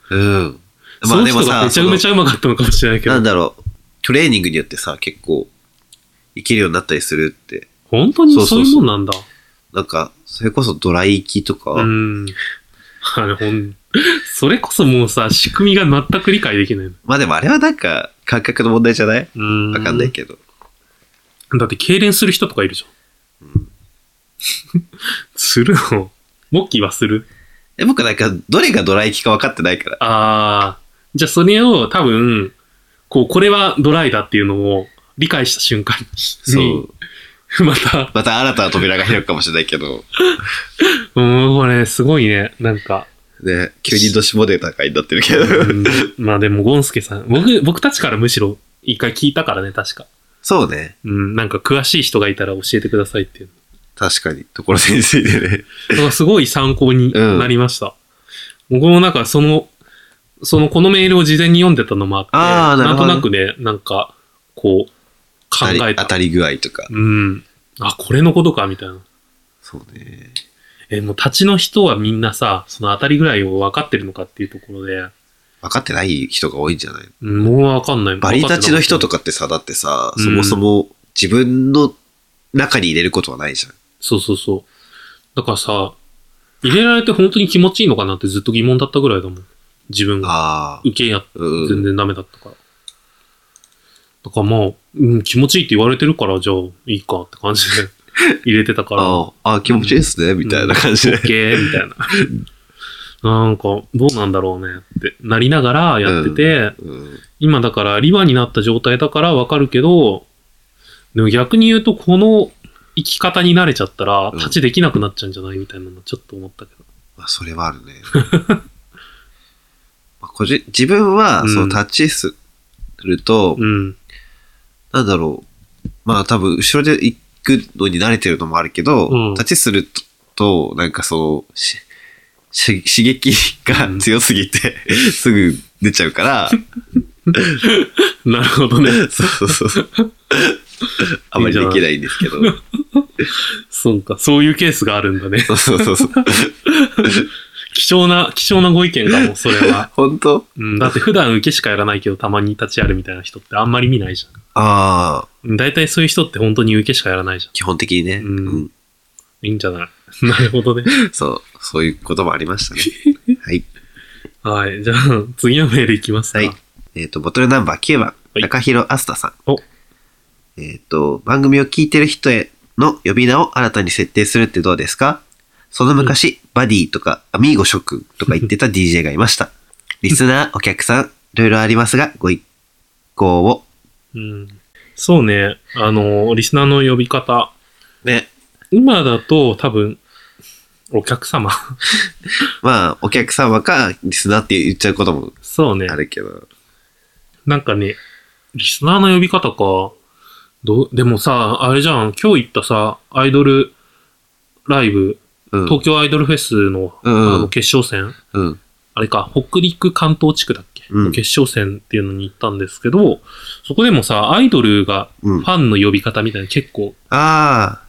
Speaker 1: うん。
Speaker 2: その人がめちゃめち
Speaker 1: ゃ
Speaker 2: ゃうまかったのかもしれないけ
Speaker 1: な
Speaker 2: ど
Speaker 1: ん。だろう、トレーニングによってさ、結構、いけるようになったりするって。
Speaker 2: 本当に
Speaker 1: そう
Speaker 2: そ
Speaker 1: そううそう
Speaker 2: いうもんなんだ。
Speaker 1: なんか、それこそドライキとか、
Speaker 2: うん。 あれ、ほん、それこそもうさ、仕組みが全く理解できないの。
Speaker 1: まあでもあれはなんか、感覚の問題じゃない
Speaker 2: うん。
Speaker 1: わかんないけど。
Speaker 2: だって、痙攣する人とかいるじゃん。
Speaker 1: うん
Speaker 2: するのモッキーはする
Speaker 1: え僕なんか、どれがドライキか分かってないから。
Speaker 2: ああ。じゃあ、それを多分、こう、これはドライだっていうのを理解した瞬間
Speaker 1: そ
Speaker 2: に
Speaker 1: う。。
Speaker 2: また、
Speaker 1: また新たな扉が開くかもしれないけど、
Speaker 2: うん、これ、すごいね。なんか。
Speaker 1: ね、急にドシモデル高いになってるけ
Speaker 2: う
Speaker 1: ど。
Speaker 2: んまあでも、ゴンスケさん、僕、僕たちからむしろ一回聞いたからね、確か。
Speaker 1: そうね。
Speaker 2: うん、なんか詳しい人がいたら教えてくださいっていう。
Speaker 1: 確かに。ところ先生でね。
Speaker 2: だからすごい参考になりました。僕もなんかその、その、このメールを事前に読んでたのもあって、
Speaker 1: あーな
Speaker 2: な
Speaker 1: る
Speaker 2: ん
Speaker 1: ほ
Speaker 2: と
Speaker 1: ど
Speaker 2: なくね、なんか、こう、
Speaker 1: 当
Speaker 2: 考
Speaker 1: た
Speaker 2: え
Speaker 1: り当
Speaker 2: た。
Speaker 1: たり具合とか。
Speaker 2: うん。あ、これのことか、みたいな。
Speaker 1: そうね。
Speaker 2: え、もう、立ちの人はみんなさ、その当たりぐらいを分かってるのかっていうところで、
Speaker 1: 分かってない人が多いんじゃない
Speaker 2: うんもう分かんない。
Speaker 1: バリ立ちの人と
Speaker 2: か。
Speaker 1: かってさ、だってさ、
Speaker 2: うん
Speaker 1: そもそも自分の中に入れることはないじゃん。
Speaker 2: そうそうそう。だからさ、入れられて本当に気持ちいいのかなってずっと疑問だったぐらいだもん。自分が。
Speaker 1: ああ。
Speaker 2: 受けやっ
Speaker 1: うん。
Speaker 2: 全然ダメだったから。だからまあ、うん、気持ちいいって言われてるから、じゃあ、いいかって感じで 入れてたから、
Speaker 1: ああ、あ気持ちいいですね、みたいな感じで。
Speaker 2: OK みたいな。なんか、どうなんだろうねってなりながらやってて、
Speaker 1: うん。
Speaker 2: 今だからリバーになった状態だからわかるけど、でも逆に言うと、この生き方に慣れちゃったら、
Speaker 1: うん
Speaker 2: 立ちできなくなっちゃうんじゃないみたいなのちょっと思ったけど。
Speaker 1: まあ、それはあるね。 まあ個人自分は、
Speaker 2: うん
Speaker 1: そのタッチすると、
Speaker 2: うん。
Speaker 1: なんだろう。まあ多分、後ろで行くのに慣れてるのもあるけど、
Speaker 2: うん
Speaker 1: 立ちすると、なんかその、し し刺激
Speaker 2: う
Speaker 1: が
Speaker 2: ん
Speaker 1: 強すぎて、 すぐ出ちゃう から、
Speaker 2: なるほどね。
Speaker 1: そうそうそう。あまりできないんですけど。
Speaker 2: そうか、そういうケースがあるんだね。
Speaker 1: そうそうそうそう。
Speaker 2: 貴重な、貴重なご意見かも、それ は。
Speaker 1: 本当
Speaker 2: うん、だって普段受けしかやらないけど、たまに立ちやるみたいな人ってあんまり見ないじ
Speaker 1: ああ、
Speaker 2: ゃん。大体そういう人って本当に受けしかやらないじ
Speaker 1: 基本的にね、
Speaker 2: うんゃん。いいんじゃ ないなるほどね。
Speaker 1: うんそう、そういうこともありましたね。はい。
Speaker 2: はい。じゃあ、次のメールいきますか。
Speaker 1: はい。えっ、と、ボトルナンバー9番、
Speaker 2: はい
Speaker 1: 中広あすたさん。
Speaker 2: お
Speaker 1: えっ、と、番組を聞いてる人への呼び名を新たに設定するってどうですかその昔、バディとか、アミーゴ諸君とか言ってた DJ がいました。リスナー、お客さん、いろいろありますが、ご一行を。
Speaker 2: うん。そうね。あの、リスナーの呼び方。
Speaker 1: ね。
Speaker 2: 今だと多分、お客様。
Speaker 1: まあ、お客様か、リスナーって言っちゃうことも
Speaker 2: そうね
Speaker 1: あ。るけど。
Speaker 2: なんかね、リスナーの呼び方か。どう、でもさ、あれじゃん。今日行ったさ、アイドルライブ、
Speaker 1: うん。
Speaker 2: 東京アイドルフェスの,、
Speaker 1: うん
Speaker 2: あの決勝戦、
Speaker 1: うん。
Speaker 2: あれか、北陸関東地区だっけ、
Speaker 1: うん
Speaker 2: 決勝戦っていうのに行ったんですけど、そこでもさ、アイドルが
Speaker 1: う
Speaker 2: フ
Speaker 1: ん。
Speaker 2: ァンの呼び方みたいな結構
Speaker 1: あ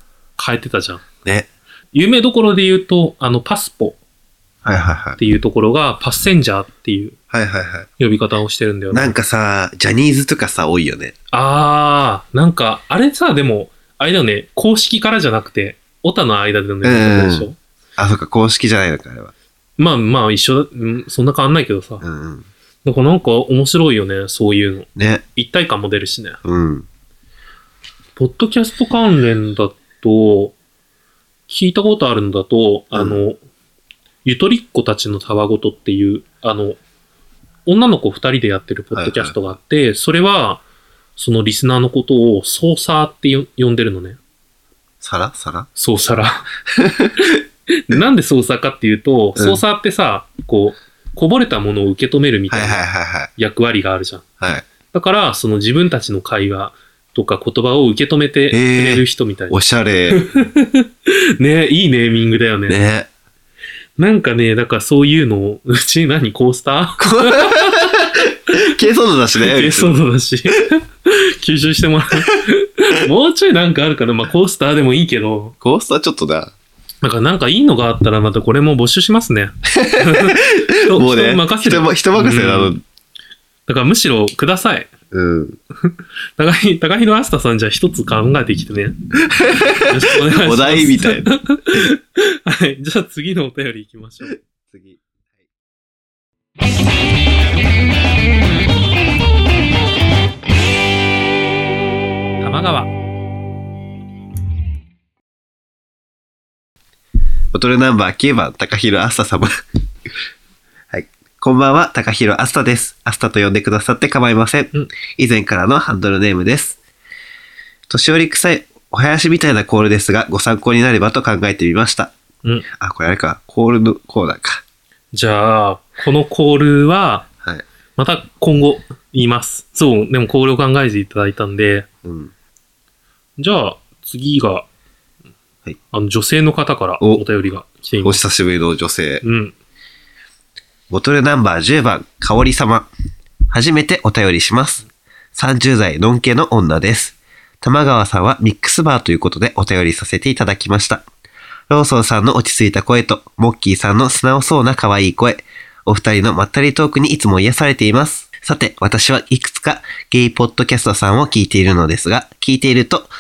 Speaker 2: 変えてたじゃん。
Speaker 1: あ、ね。
Speaker 2: 有名どころで言うと、あの、パスポ
Speaker 1: はいはいはい
Speaker 2: っ。ていうところが、パッセンジャーっていう
Speaker 1: はいはいはい。
Speaker 2: 呼び方をしてるんだよ
Speaker 1: な
Speaker 2: ね。
Speaker 1: んかさ、ジャニーズとかさ、多いよね。
Speaker 2: あー、なんか、あれさ、でも、あれだよね、公式からじゃなくて、オタの間での呼び方でしょ、
Speaker 1: あ、そっか、公式じゃないのか、あれは。
Speaker 2: まあまあ一緒だ、うんそんな変わんないけどさ。
Speaker 1: うんうん。
Speaker 2: なんかなんか面白いよね、そういうの。
Speaker 1: ね。
Speaker 2: 一体感も出るしね。
Speaker 1: うん。
Speaker 2: ポッドキャスト関連だと、聞いたことあるんだと、あの、ゆとりっ子たちのたわごとっていう、あの、女の子二人でやってるポッドキャストがあって、それは、そのリスナーのことを、ソーサーってよ呼んでるのね。
Speaker 1: 皿皿
Speaker 2: ソーサラ。 なんでソーサーかっていうと、
Speaker 1: うん
Speaker 2: ソーサーってさ、こう、こぼれたものを受け止めるみ
Speaker 1: はい
Speaker 2: た
Speaker 1: はいい
Speaker 2: な
Speaker 1: はいはい。
Speaker 2: 役割があるじゃん。
Speaker 1: はい。
Speaker 2: だから、その自分たちの会話とか言葉を受け止めてくれる人みたいな。
Speaker 1: おしゃれ。
Speaker 2: ねいいネーミングだよね。
Speaker 1: ね。
Speaker 2: なんかね、だからそういうのを、うち何コースター
Speaker 1: 軽装度だしね。
Speaker 2: え そうなだし。吸収してもら う。もうちょいなんかあるかな。まあコースターでもいいけど。
Speaker 1: コースターちょっとだ。
Speaker 2: なんかなんかいいのがあったらまたこれも募集します ね。人
Speaker 1: もうね
Speaker 2: 人。任せる
Speaker 1: 人。ま人任せなの。
Speaker 2: だからむしろください。
Speaker 1: うん。
Speaker 2: 高木、高木のアスタさんじゃあ一つ考えて きてね。よろしくお願いします。
Speaker 1: お題みたいな。
Speaker 2: はい。じゃあ次のお便り行きましょう。
Speaker 1: 次。
Speaker 2: 玉川。
Speaker 1: ボトルナンバー9番、高弘あすた様。 はい。こんばんは、高弘あすたです。あすたと呼んでくださって構いません。
Speaker 2: うん
Speaker 1: 以前からのハンドルネームです。年寄り臭いお囃子みたいなコールですが、ご参考になればと考えてみました。
Speaker 2: うん。
Speaker 1: あ、これあれか。コールのコーナーか。
Speaker 2: じゃあ、このコールは、
Speaker 1: はい。
Speaker 2: また今後言います。そう、でも考慮考えていただいたんで、
Speaker 1: うん。
Speaker 2: じゃあ次が、
Speaker 1: はい
Speaker 2: あの女性の方から
Speaker 1: お
Speaker 2: お便りが来てい
Speaker 1: お
Speaker 2: ます。
Speaker 1: 久しぶりの女性。
Speaker 2: うん。
Speaker 1: ボトルナンバー10番、香り様。初めてお便りします。30代、のんけの女です。玉川さんはミックスバーということでお便りさせていただきました。ローソンさんの落ち着いた声と、モッキーさんの素直そうな可愛い声。お二人のまったりトークにいつも癒されています。さて、私はいくつかゲイポッドキャストさんを聞いているのですが、聞いていると、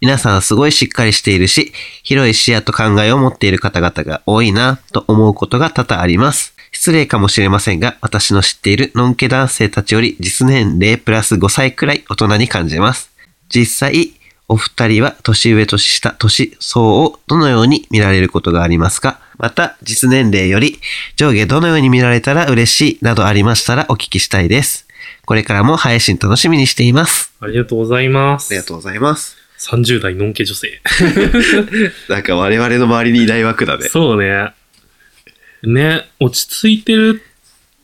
Speaker 1: 皆さんすごいしっかりしているし、広い視野と考えを持っている方々が多いなと思うことが多々あります。失礼かもしれませんが、私の知っているのんけ男性たちより実年齢プラス5歳くらい大人に感じます。実際、お二人は年上年下年相をどのように見られることがありますかまた、実年齢より上下どのように見られたら嬉しいなどありましたらお聞きしたいです。これからも配信楽しみにしています。
Speaker 2: ありがとうございます。
Speaker 1: ありがとうございます。
Speaker 2: 30代のんけ女性。
Speaker 1: なんか我々の周りにいない枠だね。
Speaker 2: そうね。ね、落ち着いてる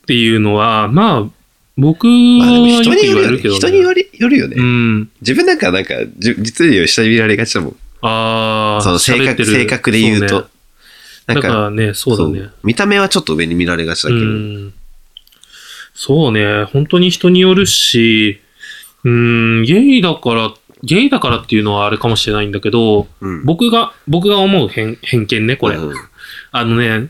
Speaker 2: っていうのは、まあ、僕
Speaker 1: まあでも
Speaker 2: はよ
Speaker 1: 人
Speaker 2: く
Speaker 1: に
Speaker 2: 言
Speaker 1: よ
Speaker 2: わ
Speaker 1: るよね。
Speaker 2: れるけど、ね。
Speaker 1: 人によりよるよね。
Speaker 2: うん。
Speaker 1: 自分なんかなんか、じ実利を下に見られがちだもん。
Speaker 2: ああ、
Speaker 1: その性
Speaker 2: 喋って
Speaker 1: 格、
Speaker 2: る
Speaker 1: 性格で言うと
Speaker 2: そね。
Speaker 1: な
Speaker 2: だ
Speaker 1: ん
Speaker 2: か
Speaker 1: か、
Speaker 2: らね、そうだね
Speaker 1: そう。見た目はちょっと上に見られがちだけど。
Speaker 2: うんそうね、本当に人によるし、うん、ゲイだから、ゲイだからっていうのはあれかもしれないんだけど、
Speaker 1: うん
Speaker 2: 僕が、僕が思う偏偏見ね、これ。
Speaker 1: うん
Speaker 2: あのね、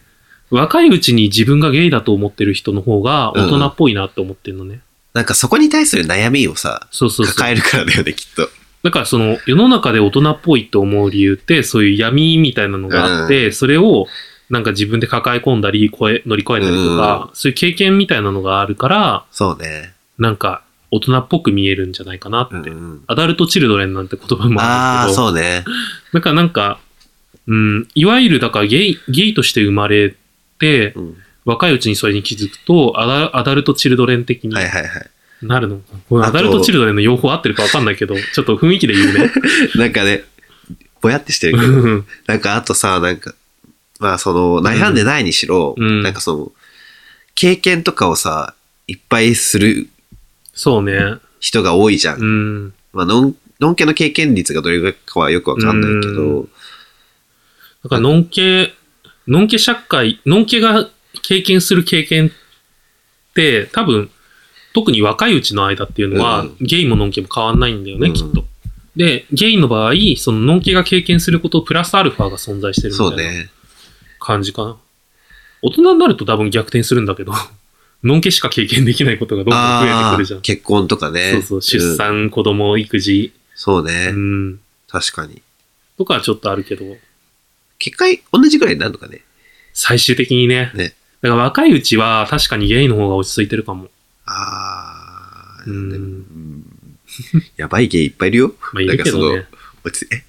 Speaker 2: 若いうちに自分がゲイだと思ってる人の方が大人っぽいなって思ってるのね。
Speaker 1: なんかそこに対する悩みをさ、
Speaker 2: そうそうそう。
Speaker 1: 抱えるからだよね、きっと。
Speaker 2: だからその世の中で大人っぽいと思う理由って、そういう闇みたいなのがあって、それをなんか自分で抱え込んだり、越え乗り越えたりとか、そういう経験みたいなのがあるから、
Speaker 1: そうね。
Speaker 2: なんか大人っぽく見えるんじゃないかなって。
Speaker 1: うんうん
Speaker 2: アダルトチルドレンなんて言葉もあ
Speaker 1: あ
Speaker 2: る
Speaker 1: あ、
Speaker 2: けど、
Speaker 1: そうね。
Speaker 2: だからなんか、うん、いわゆるだからゲイ、ゲイとして生まれて、
Speaker 1: うん
Speaker 2: 若いうちにそれに気づくと、アダアダルトチルドレン的に
Speaker 1: はいはいはい。
Speaker 2: なるのかな、これ
Speaker 1: あと
Speaker 2: アダルトチルドレンの用法合ってるかわかんないけど、 ちょっと雰囲気で言うね。
Speaker 1: なんかね、ぼやってしてるけど、なんかあとさ、なんか、まあその、悩んでないにしろ、
Speaker 2: うん
Speaker 1: なんかその、経験とかをさ、いっぱいする
Speaker 2: そうね。
Speaker 1: 人が多いじゃん。
Speaker 2: うん。
Speaker 1: まあ、のん、のんけの経験率がどれぐらいかはよくわかんないけど、
Speaker 2: だから、ノンケ、ノンケ社会、ノンケが経験する経験って、多分、特に若いうちの間っていうのは、
Speaker 1: うん
Speaker 2: ゲイもノンケも変わんないんだよね、
Speaker 1: うん
Speaker 2: きっと。で、ゲイの場合、そのノンケが経験することプラスアルファが存在してるみ
Speaker 1: そう
Speaker 2: たいな
Speaker 1: ね。
Speaker 2: 感じかな。大人になると多分逆転するんだけど、 ノンケしか経験できないことがどんどん増えて
Speaker 1: ああ
Speaker 2: くるじゃ
Speaker 1: ー、
Speaker 2: ん。
Speaker 1: 結婚とかね。
Speaker 2: そうそう、出
Speaker 1: ん
Speaker 2: 産、子供、育児、
Speaker 1: そう
Speaker 2: う
Speaker 1: ね。
Speaker 2: ん、
Speaker 1: 確かに。
Speaker 2: とかはちょっとあるけど、
Speaker 1: 結果、同じぐらいになるのかね。
Speaker 2: 最終的にね。
Speaker 1: ね
Speaker 2: だから若いうちは確かにゲイの方が落ち着いてるかも。
Speaker 1: ああ、
Speaker 2: うん
Speaker 1: でもうんやばいゲイいっぱいいるよ。
Speaker 2: まあいるけど
Speaker 1: なん
Speaker 2: ね
Speaker 1: か。その落ちえ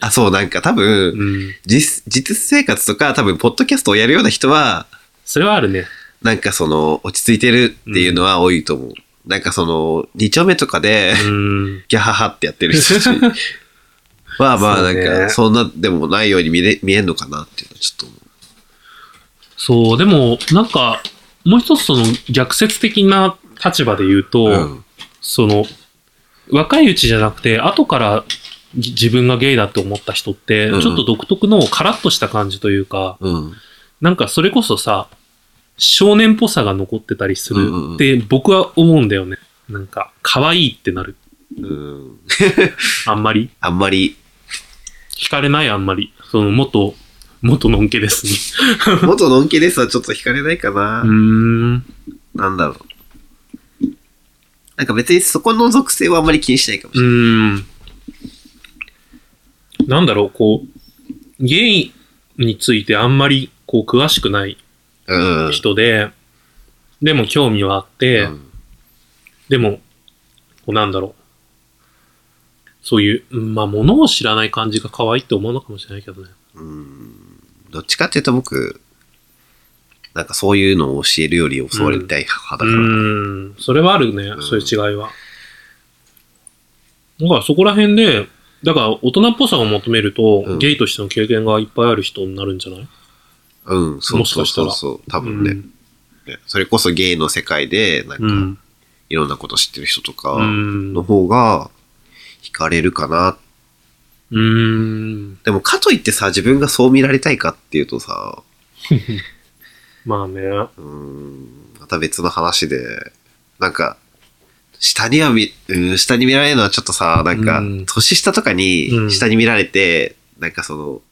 Speaker 1: あ、そう、なんか多分、
Speaker 2: うん。
Speaker 1: 実、実生活とか多分、ポッドキャストをやるような人は、
Speaker 2: それはあるね。
Speaker 1: なんかその、落ち着いてるっていうのは多いと思う。なんかその、二丁目とかで、
Speaker 2: うん。
Speaker 1: ギャハハってやってる 人たち。まあまあ、
Speaker 2: そ
Speaker 1: な
Speaker 2: うんね
Speaker 1: か、そんなでもないように見れ、見えんのかなっていうのはちょっと思う。
Speaker 2: そう、でも、なんか、もう一つその逆説的な立場で言うと、
Speaker 1: うん
Speaker 2: その、若いうちじゃなくて、後からぎ自分がゲイだって思った人って、
Speaker 1: うん
Speaker 2: ちょっと独特のカラッとした感じというか、
Speaker 1: うん。
Speaker 2: なんかそれこそさ、少年っぽさが残ってたりす
Speaker 1: うんうんう
Speaker 2: る
Speaker 1: ん
Speaker 2: って僕は思うんだよね。なんか、可愛いってなる。
Speaker 1: うん。
Speaker 2: あんまり。
Speaker 1: あんまり、
Speaker 2: 惹かれないあんまり。その、元、元のんけですね。
Speaker 1: 元のんきですはちょっと惹かれないか
Speaker 2: う
Speaker 1: な。
Speaker 2: ーん。
Speaker 1: なんだろう。なんか別にそこの属性はあんまり気にしないかもし
Speaker 2: う
Speaker 1: れない。
Speaker 2: ーん。なんだろう、こう、ゲイについてあんまり、こう、詳しくない
Speaker 1: うん。
Speaker 2: 人で、でも興味はあって、
Speaker 1: うん
Speaker 2: でも、こうなんだろう。そういう、うんまあ、ものを知らない感じが可愛いって思うのかもしれないけどね。
Speaker 1: うん。どっちかっていうと僕、なんかそういうのを教えるより教わりたい派だ
Speaker 2: う
Speaker 1: から。
Speaker 2: ーん、それはあるね、
Speaker 1: うん
Speaker 2: そういう違いは。だからそこら辺で、だから大人っぽさを求めると、
Speaker 1: うん
Speaker 2: ゲイとしての経験がいっぱいある人になるんじゃない
Speaker 1: うん、そうそうそう
Speaker 2: もし
Speaker 1: そう。多分ね、ねそれこそゲイの世界で、なんか、
Speaker 2: うん。
Speaker 1: いろんなこと知ってる人と
Speaker 2: う
Speaker 1: か
Speaker 2: ん。
Speaker 1: の方が惹かれるかな。
Speaker 2: うん。
Speaker 1: でもかといってさ、自分がそう見られたいかっていうとさ、
Speaker 2: まあね。
Speaker 1: うーん、また別の話で、なんか、下には見、うん、下に見られるのはちょっとさ、なんか
Speaker 2: うん、
Speaker 1: 年下とか
Speaker 2: うん
Speaker 1: に下に見られて、なんかその、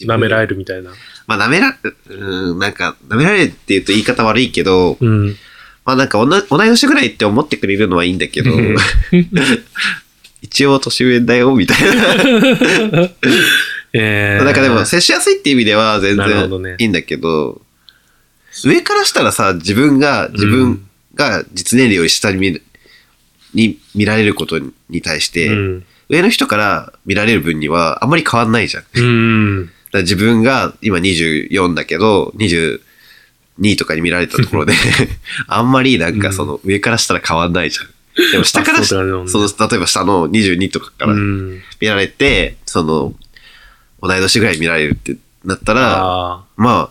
Speaker 2: 舐めら
Speaker 1: れ
Speaker 2: れるみたいな。
Speaker 1: まあ舐めら、うん、なんか、舐められるって言うと言い方悪いけど、
Speaker 2: うん。
Speaker 1: まあなんか同じ同い年ぐらいって思ってくれるのはいいんだけど
Speaker 2: うん
Speaker 1: 一応年上だよみたい
Speaker 2: え
Speaker 1: な
Speaker 2: ー。
Speaker 1: なんかでも接しやすいっていう意味では全
Speaker 2: なるほどね
Speaker 1: 然いいんだけど上からしたらさ自分が自分が実年齢より下に見るに見られることに対して、
Speaker 2: うん。
Speaker 1: 上の人から見られる分にはあんまり変わんないじゃん。だか
Speaker 2: うん。
Speaker 1: ら自分が今24だけど22とかに見られたところ であんまりなんかその上からしたら変わんないじゃん。でも下からし
Speaker 2: あそうだよね
Speaker 1: その例えば下の22とかから
Speaker 2: うん。
Speaker 1: 見られて、その、同い年ぐらい見られるってなったら、
Speaker 2: あ
Speaker 1: まあ、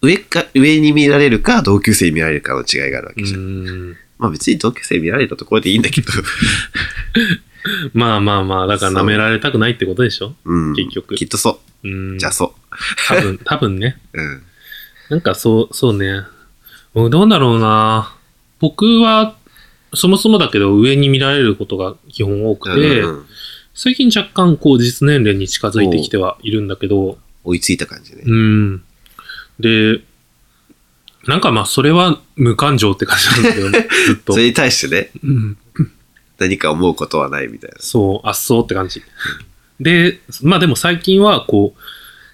Speaker 1: 上か、上に見られるか、同級生に見られるかの違いがあるわ
Speaker 2: ー
Speaker 1: けじゃん。
Speaker 2: うん。
Speaker 1: まあ別に同級生見られたところでいいんだ けど、
Speaker 2: まあまあまあ、だから舐められたくないってことでしょ
Speaker 1: うん。
Speaker 2: 結局
Speaker 1: きっとそうう。
Speaker 2: ん。
Speaker 1: じゃあそ
Speaker 2: 多分、多分ね。
Speaker 1: う。うん。
Speaker 2: なんかそう、そうね。うんどうだろうな。僕は、そもそもだけど上に見られることが基本多くて、
Speaker 1: うんうん
Speaker 2: 最近若干こう実年齢に近づいてきてはいるんだけど、
Speaker 1: 追いついた感じね。
Speaker 2: うん。で、なんかまあそれは無感情って感じなんだけど ね、ずっと
Speaker 1: そ。れに対してね、
Speaker 2: うん
Speaker 1: 何か思うことはないみたいな。
Speaker 2: そう、あっそうって感じ。で、まあでも最近はこ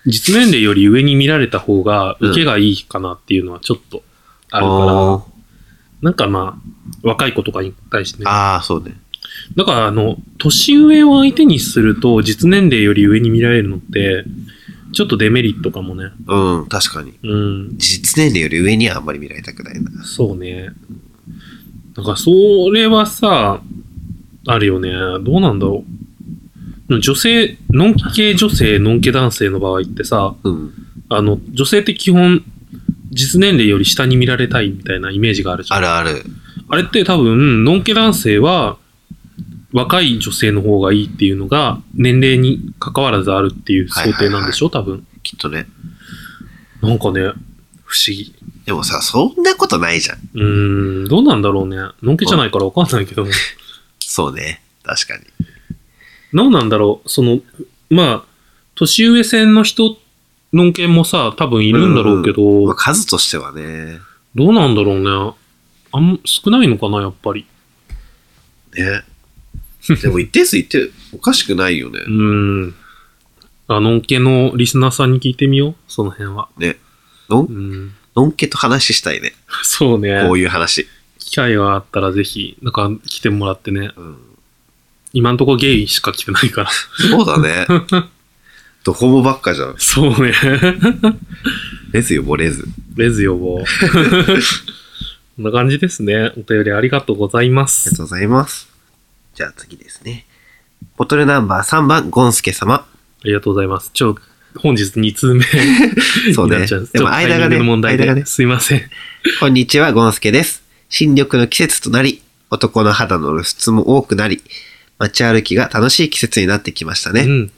Speaker 2: う、実年齢より上に見られた方が受けがいいかなっていうのはちょっとあるから、
Speaker 1: あ
Speaker 2: なんかまあ、若い子とかに対してね。
Speaker 1: あー、そうね。
Speaker 2: だから、あの、年上を相手にすると、実年齢より上に見られるのって、ちょっとデメリットかもね。
Speaker 1: うん、確かに。
Speaker 2: うん、
Speaker 1: 実年齢より上にはあんまり見られたくないな。
Speaker 2: そうね。だから、それはさ、あるよね。どうなんだろう。女性、ノン系女性、ノン系男性の場合ってさ、
Speaker 1: うん。
Speaker 2: あの、女性って基本、実年齢より下に見られたいみたいなイメージがあるじゃん
Speaker 1: あ。るある。
Speaker 2: あれって多分、ノンケ男性は、若い女性の方がいいっていうのが、年齢に関わらずあるっていう想定なんでしょ、
Speaker 1: きっとね。
Speaker 2: 多分。なんかね、不思議。
Speaker 1: でもさ、そんなことないじゃん。
Speaker 2: うーん、どうなんだろうね。ノンケじゃないからわかんないけど、
Speaker 1: そうね。確かに。
Speaker 2: どうなんだろう。その、まあ、年上線の人、ノンケもさ、多分いるんだろうけど、
Speaker 1: まあ、数としてはね。
Speaker 2: どうなんだろうね。あん、少ないのかな、やっぱり。
Speaker 1: ね。でも一定数いっておかしくないよね。
Speaker 2: うーん。あノンケのリスナーさんに聞いてみよう、その辺は。
Speaker 1: ね。の、
Speaker 2: うんん。
Speaker 1: のんけと話したいね。
Speaker 2: そうね。
Speaker 1: こういう話。
Speaker 2: 機会があったらぜひ、なんか来てもらってね。
Speaker 1: うん。
Speaker 2: 今んとこゲイしか来てないから。
Speaker 1: そうだ ね。どこもばっかじゃん。
Speaker 2: そうね。
Speaker 1: レズよ、ボレズ。
Speaker 2: レズ予 防。こんな感じですね。お便りありがとうございま
Speaker 1: ありが
Speaker 2: す。
Speaker 1: とうございます。じゃあ次ですね。ボトルナンバー3番、ゴンスケ様。
Speaker 2: ありがとうございます。ちょ、本日2通目
Speaker 1: そう
Speaker 2: にな
Speaker 1: ね。
Speaker 2: っちゃうんです。
Speaker 1: で
Speaker 2: ちょ
Speaker 1: も
Speaker 2: っとタイミ
Speaker 1: 間が
Speaker 2: ング
Speaker 1: ね、
Speaker 2: の問題
Speaker 1: 間がね
Speaker 2: で。。すいません。
Speaker 1: こんにちは、ゴンスケです。新緑の季節となり、男の肌の露出も多くなり、街歩きが楽しい季節になってきましたね。
Speaker 2: うん。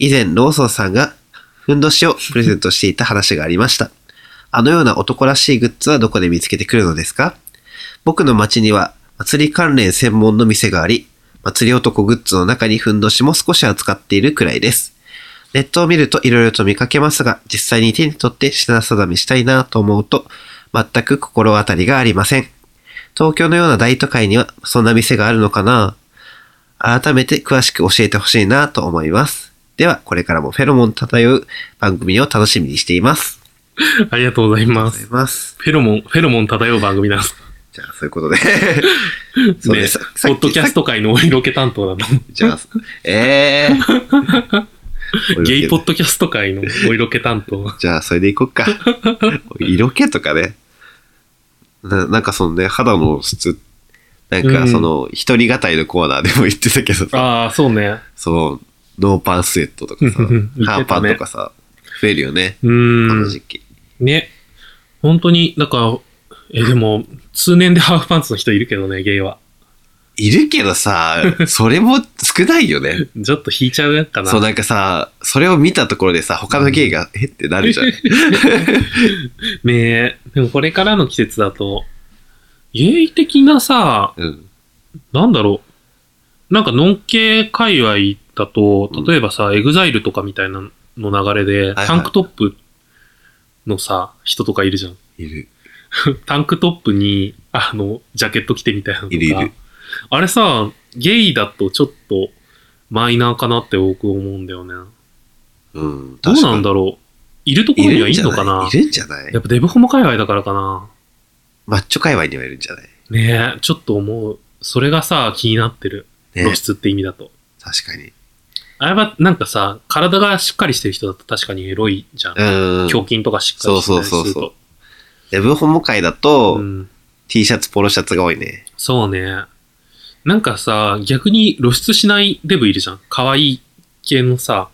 Speaker 1: 以前、ローソンさんが、ふんどしをプレゼントしていた話がありました。あのような男らしいグッズはどこで見つけてくるのですか僕の街には、祭り関連専門の店があり、祭り男グッズの中にふんどしも少し扱っているくらいです。ネットを見ると色々と見かけますが、実際に手に取って品定めしたいなと思うと、全く心当たりがありません。東京のような大都会にはそんな店があるのかな改めて詳しく教えてほしいなと思います。では、これからもフェロモン漂う番組を楽しみにしています。
Speaker 2: ありがとうございま
Speaker 1: あり
Speaker 2: す。
Speaker 1: がとうございます。
Speaker 2: フェロモン、フェロモン漂う番組なんです。
Speaker 1: じゃあ、そういうこと で。そう
Speaker 2: ね
Speaker 1: です。さっき
Speaker 2: ポッドキャスト界のお色気担当なの。
Speaker 1: じゃあ、えー。
Speaker 2: ゲイポッドキャスト界のお色気担当。
Speaker 1: じゃあ、それでいこっか。色気とかね。ななんかそのね、肌の質、なん
Speaker 2: う
Speaker 1: か
Speaker 2: ん
Speaker 1: その、一人語りのコーナーでも言ってたけどさ、
Speaker 2: ああ、そうね。
Speaker 1: そう、ノーパンスウェットとかさ
Speaker 2: うんうん、 言って
Speaker 1: ハーパ
Speaker 2: たね
Speaker 1: ンとかさ、増えるよね、
Speaker 2: う
Speaker 1: この
Speaker 2: ーん
Speaker 1: 時。期。
Speaker 2: ね。本当に、だから、え、でも、通年でハーフパンツの人いるけどね、ゲイは。
Speaker 1: いるけど さ、それも少ないよね。
Speaker 2: ちょっと引いちゃうかな。
Speaker 1: そう、なんかさ、それを見たところでさ、他の芸が、えってなるじゃん。
Speaker 2: ねえ。でもこれからの季節だと、芸的なさ、
Speaker 1: うん。
Speaker 2: なんだろう。なんか、ノン系界隈だと、例えばさ、エグザイルとかみたいなの流れで、
Speaker 1: はい
Speaker 2: タンクトップのさ、人とかいるじゃん。
Speaker 1: いる。
Speaker 2: タンクトップに、あの、ジャケット着てみたいなのとか。
Speaker 1: いるいる
Speaker 2: あれさ、ゲイだとちょっとマイナーかなって僕思うんだよね。
Speaker 1: うん。
Speaker 2: どうなんだ
Speaker 1: ろ
Speaker 2: ろう。いるとこ
Speaker 1: い
Speaker 2: ろに
Speaker 1: る
Speaker 2: は
Speaker 1: ん
Speaker 2: いい
Speaker 1: じゃ
Speaker 2: の
Speaker 1: ない
Speaker 2: かない
Speaker 1: るんじゃない
Speaker 2: やっぱデブホモ界隈だからかな。
Speaker 1: マッチョ界隈にはいるんじゃない
Speaker 2: ねえ、ちょっと思う。それがさ、気になってる。露
Speaker 1: ね。
Speaker 2: 出って意味だと。
Speaker 1: 確かに。
Speaker 2: あれはなんかさ、体がしっかりしてる人だと確かにエロいじゃん。
Speaker 1: うん。
Speaker 2: 胸筋とかしっかりして
Speaker 1: そ
Speaker 2: る
Speaker 1: うそうそうそうう。デブホモ界だと、
Speaker 2: うん。
Speaker 1: T シャツ、ポロシャツが多いね。
Speaker 2: そうね。なんかさ、逆に露出しないデブいるじゃん。可愛い系のさ、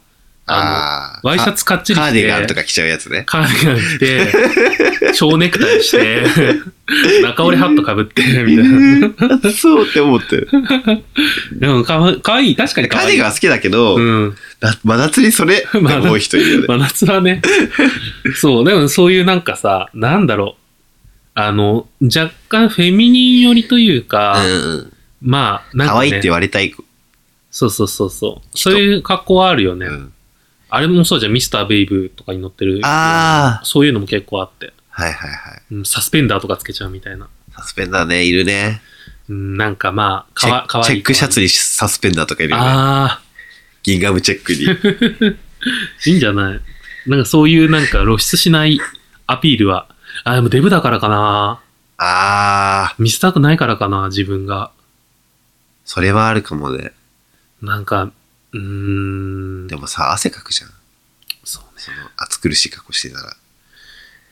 Speaker 2: あ
Speaker 1: ああ。
Speaker 2: の、ワイシャ
Speaker 1: ツ
Speaker 2: ツかっちり
Speaker 1: カ
Speaker 2: 着
Speaker 1: ー
Speaker 2: て
Speaker 1: デ、ィガンとか着ちゃうやつね。
Speaker 2: カーディガン着 て、蝶ネクタイして、中折れハットかぶって、みたいな。
Speaker 1: そうって思ってる。
Speaker 2: でもかわ、かわいい。確かにか
Speaker 1: カー
Speaker 2: わ
Speaker 1: デ
Speaker 2: い
Speaker 1: ィ
Speaker 2: い。
Speaker 1: ガン好きだけど、
Speaker 2: うん。
Speaker 1: な真夏にそれ、でも多い人いるよ ね。
Speaker 2: 真夏はね。そう、でもそういうなんかさ、なんだろう。あの、若干フェミニン寄りというか、
Speaker 1: うんうん。
Speaker 2: まあ、なんか、
Speaker 1: 可
Speaker 2: ね、
Speaker 1: 愛いって言われたい。
Speaker 2: そうそうそうそう。そういう格好はあるよね。
Speaker 1: うん
Speaker 2: あれもそうじゃん、ミスターベイブとかに乗ってる。
Speaker 1: ああ。
Speaker 2: そういうのも結構あって、
Speaker 1: はいはいはい。
Speaker 2: うんサスペンダーとかつけちゃうみたいな。
Speaker 1: サスペンダーね、いるね。
Speaker 2: うん、なんかまあ、
Speaker 1: チ
Speaker 2: か
Speaker 1: ェ
Speaker 2: わかわいい。
Speaker 1: チェックシャツにサスペンダーとかいるよね。
Speaker 2: あ
Speaker 1: ギンガムチェックに。
Speaker 2: あ、いいんじゃないなんかそういうなんか露出しないアピールは。あ、でもデブだからかな。
Speaker 1: ああ。
Speaker 2: 見せたくないからかな、自分が。
Speaker 1: それはあるかもね。
Speaker 2: なんか、うーん。
Speaker 1: でもさ、汗かくじゃん。
Speaker 2: そうね。
Speaker 1: その、暑苦しい格好してたら。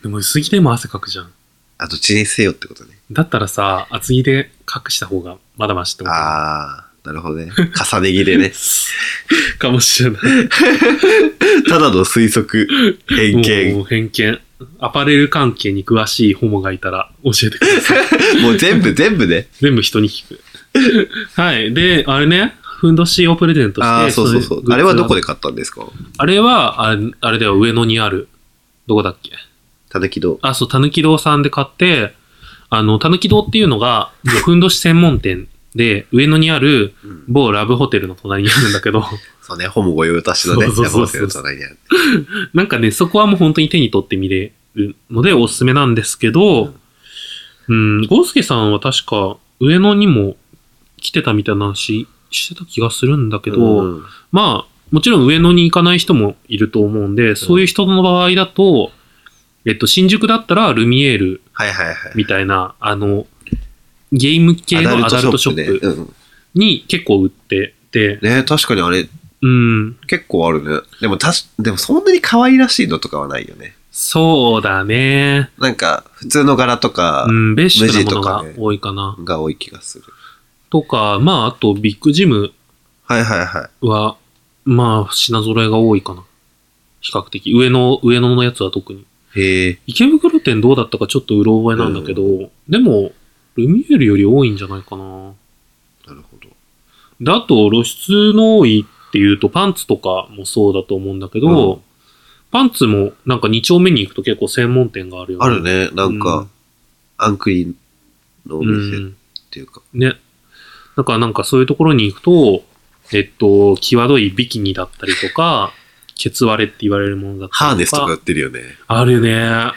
Speaker 2: でも薄着でも汗かくじゃん。
Speaker 1: あ、どっちにせよってことね。
Speaker 2: だったらさ、厚着で隠した方がまだマシってこと
Speaker 1: ああ。なるほどね。重ね着で ね。
Speaker 2: かもしれない。
Speaker 1: ただの推測、偏見。
Speaker 2: もう偏見。アパレル関係に詳しいホモがいたら教えてく ださい。
Speaker 1: もう全部、全部ね。
Speaker 2: 全部人に聞く。はい。で、あれね、ふんどしをプレゼントして。
Speaker 1: ああ、そうそうそう
Speaker 2: のグッ。ズ
Speaker 1: あれはどこで買ったんですか
Speaker 2: あれは、あれあれだよ、上野にある。どこだっけ
Speaker 1: たぬき堂。
Speaker 2: あ、そう、たぬき堂さんで買って、あの、たぬき堂っていうのが、ふんどし専門店で、上野にある
Speaker 1: うん
Speaker 2: 某ラブホテルの隣にあるんだけど、
Speaker 1: そうね、ホモ御用達のね、
Speaker 2: そうそうそう
Speaker 1: 山
Speaker 2: そう
Speaker 1: 手の隣にある。
Speaker 2: なんかね、そこはもう本当に手に取って見れるのでおすすめなんですけど、うん、ゴースケさんは確か上野にも来てたみたいな話してた気がするんだけど、
Speaker 1: うん
Speaker 2: まあ、もちろん上野に行かない人もいると思うんで、そういう人の場合だと、えっと、新宿だったらルミエール
Speaker 1: はいはいはい。
Speaker 2: みたいな、あの、ゲーム系のアダルトショ
Speaker 1: ね
Speaker 2: ップ
Speaker 1: うん
Speaker 2: に結構売ってて、
Speaker 1: ね確かにあれ、
Speaker 2: うん、
Speaker 1: 結構あるね。でも、たし、でもそんなに可愛らしいのとかはないよね。
Speaker 2: そうだね。
Speaker 1: なんか、普通の柄とか
Speaker 2: うん、ベーシックな
Speaker 1: 無
Speaker 2: もの
Speaker 1: 地と
Speaker 2: が
Speaker 1: かね
Speaker 2: 多いかな。
Speaker 1: が多い気がする。
Speaker 2: とか、まあ、あと、ビッグジム
Speaker 1: はいはいはい。
Speaker 2: は、まあ、品揃えが多いかな。比較的。上野、上野のやつは特に。
Speaker 1: へえ。
Speaker 2: 池袋店どうだったかちょっとうろ覚えなんだけど、でも、ルミエールより多いんじゃないかな。
Speaker 1: なるほど。
Speaker 2: で、あと、露出の多いっていうと、パンツとかもそうだと思うんだけど、
Speaker 1: うん
Speaker 2: パンツも、なんか2丁目に行くと結構専門店があるよね。
Speaker 1: あるね。なんか、アンクリンのお
Speaker 2: うん。う
Speaker 1: 店っ
Speaker 2: ん。
Speaker 1: ていうか。
Speaker 2: ね。だからなんかそういうところに行くと、えっと、際どいビキニだったりと か、ケツ割れって言われるものだったりとか。
Speaker 1: ハーネスとか売ってるよね。
Speaker 2: あるね。だ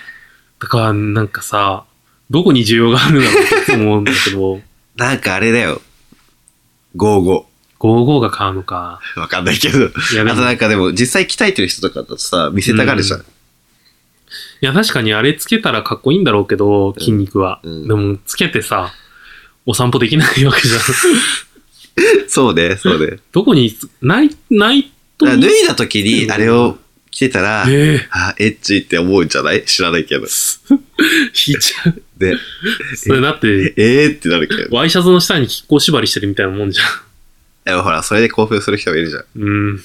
Speaker 2: からなん かさ、どこに需要があるんだろうって思うんだけど、
Speaker 1: なんかあれだよ。55。
Speaker 2: 55が買うのか。
Speaker 1: わかんないけど。
Speaker 2: いや、
Speaker 1: あ
Speaker 2: で
Speaker 1: と
Speaker 2: も、い
Speaker 1: なんかでも、実際鍛えてる人とかだとさ、見せたがるじゃん。
Speaker 2: や確かにあれつけたらかっこいいんだろうけど、筋肉は。
Speaker 1: うん
Speaker 2: でも、つけてさ、お散歩できないわけじゃん。
Speaker 1: そうね、そうね。
Speaker 2: どこに、ない、ないと
Speaker 1: だから
Speaker 2: ね。
Speaker 1: 脱いだ時に、あれを着てたら、
Speaker 2: ええ
Speaker 1: あ、エッチって思うんじゃない知らないけど。
Speaker 2: 引いちゃう。
Speaker 1: で、
Speaker 2: それだって、
Speaker 1: ええー、ってなるけど。
Speaker 2: ワイシャツの下に亀甲縛りしてるみたいなもんじゃん。
Speaker 1: でもほら、それで興奮する人もいるじ ゃん。
Speaker 2: うん。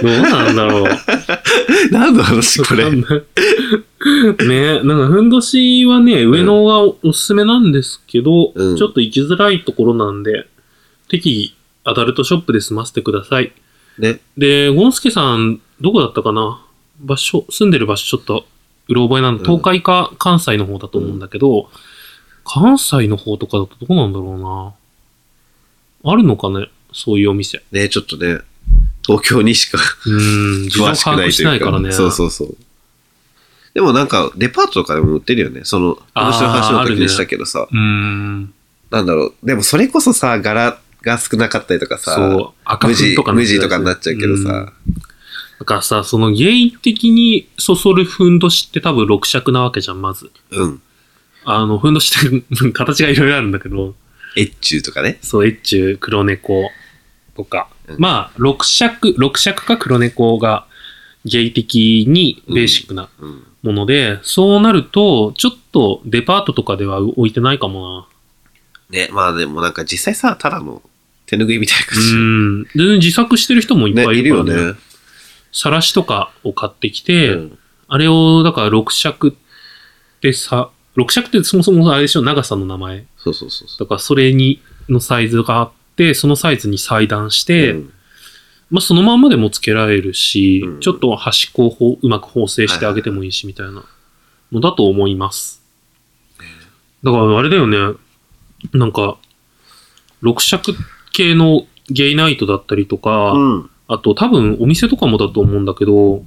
Speaker 2: どうなんだろう。
Speaker 1: 何の話これ
Speaker 2: わか。んないねなんかふんどしはね、上のがおおすすめなんですけど、
Speaker 1: うん
Speaker 2: ちょっと行きづらいところなんで、適宜アダルトショップで済ませてください。
Speaker 1: ね。
Speaker 2: で、ゴンスケさん、どこだったかな場所、住んでる場所ちょっと、うろ覚えなんで、
Speaker 1: うん
Speaker 2: 東海か関西の方だと思うんだけど、関西の方とかだとどうなんだろうな。あるのかねそういうお店。
Speaker 1: ね、ちょっとね、東京にしか
Speaker 2: うーん、自
Speaker 1: 詳
Speaker 2: 分
Speaker 1: しく
Speaker 2: 把
Speaker 1: な
Speaker 2: 握
Speaker 1: いと
Speaker 2: し
Speaker 1: い
Speaker 2: な
Speaker 1: う
Speaker 2: い
Speaker 1: か。
Speaker 2: からね。
Speaker 1: そうそうそう。でもなんか、デパートとかでも売ってるよね。その、
Speaker 2: あー
Speaker 1: 私の話の
Speaker 2: ある
Speaker 1: 時
Speaker 2: ね
Speaker 1: にしたけどさ、
Speaker 2: うーん、
Speaker 1: なんだろう。でもそれこそさ、柄が少なかったりとかさ、
Speaker 2: そう、赤
Speaker 1: 無
Speaker 2: 粉
Speaker 1: 地
Speaker 2: とかね
Speaker 1: 無地とかになっちゃうけどさ、
Speaker 2: だからさ、そのゲイ的にそそるふんどしって多分六尺なわけじゃん、まず。
Speaker 1: うん。
Speaker 2: あの、ふんどしって 形がいろいろあるんだけど、
Speaker 1: エッチュとかね。
Speaker 2: そう、エッチュ、黒猫とか。
Speaker 1: うん
Speaker 2: まあ、六尺、六尺か黒猫がゲイ的にベーシックな
Speaker 1: うん。
Speaker 2: もので、そうなると、ちょっとデパートとかでは置いてないかも
Speaker 1: ね、まあでもなんか実際さ、ただの手拭いみたいな
Speaker 2: な。う
Speaker 1: 感
Speaker 2: ん。全然自作してる人もい
Speaker 1: じ。
Speaker 2: っぱ
Speaker 1: ね、
Speaker 2: い
Speaker 1: い
Speaker 2: い
Speaker 1: る
Speaker 2: るか
Speaker 1: よ
Speaker 2: らね。
Speaker 1: ね。
Speaker 2: さらしとかを買ってきて、
Speaker 1: うん
Speaker 2: あれを、だから六尺ってさ、六尺ってそもそもあれでしょ、長さの名前。
Speaker 1: そうそうそうそ
Speaker 2: だからそれに、のサイズがあって、そのサイズに裁断し
Speaker 1: う。
Speaker 2: て、
Speaker 1: うん
Speaker 2: まあそのまんまでもつけられるし、
Speaker 1: うん
Speaker 2: ちょっと端っこをほううまく縫製してあげてもいいし、みたいなのだと思います。だからあれだよね、なんか、六尺系のゲイナイトだったりとか、
Speaker 1: うん。
Speaker 2: あと多分お店とかもだと思うんだけど、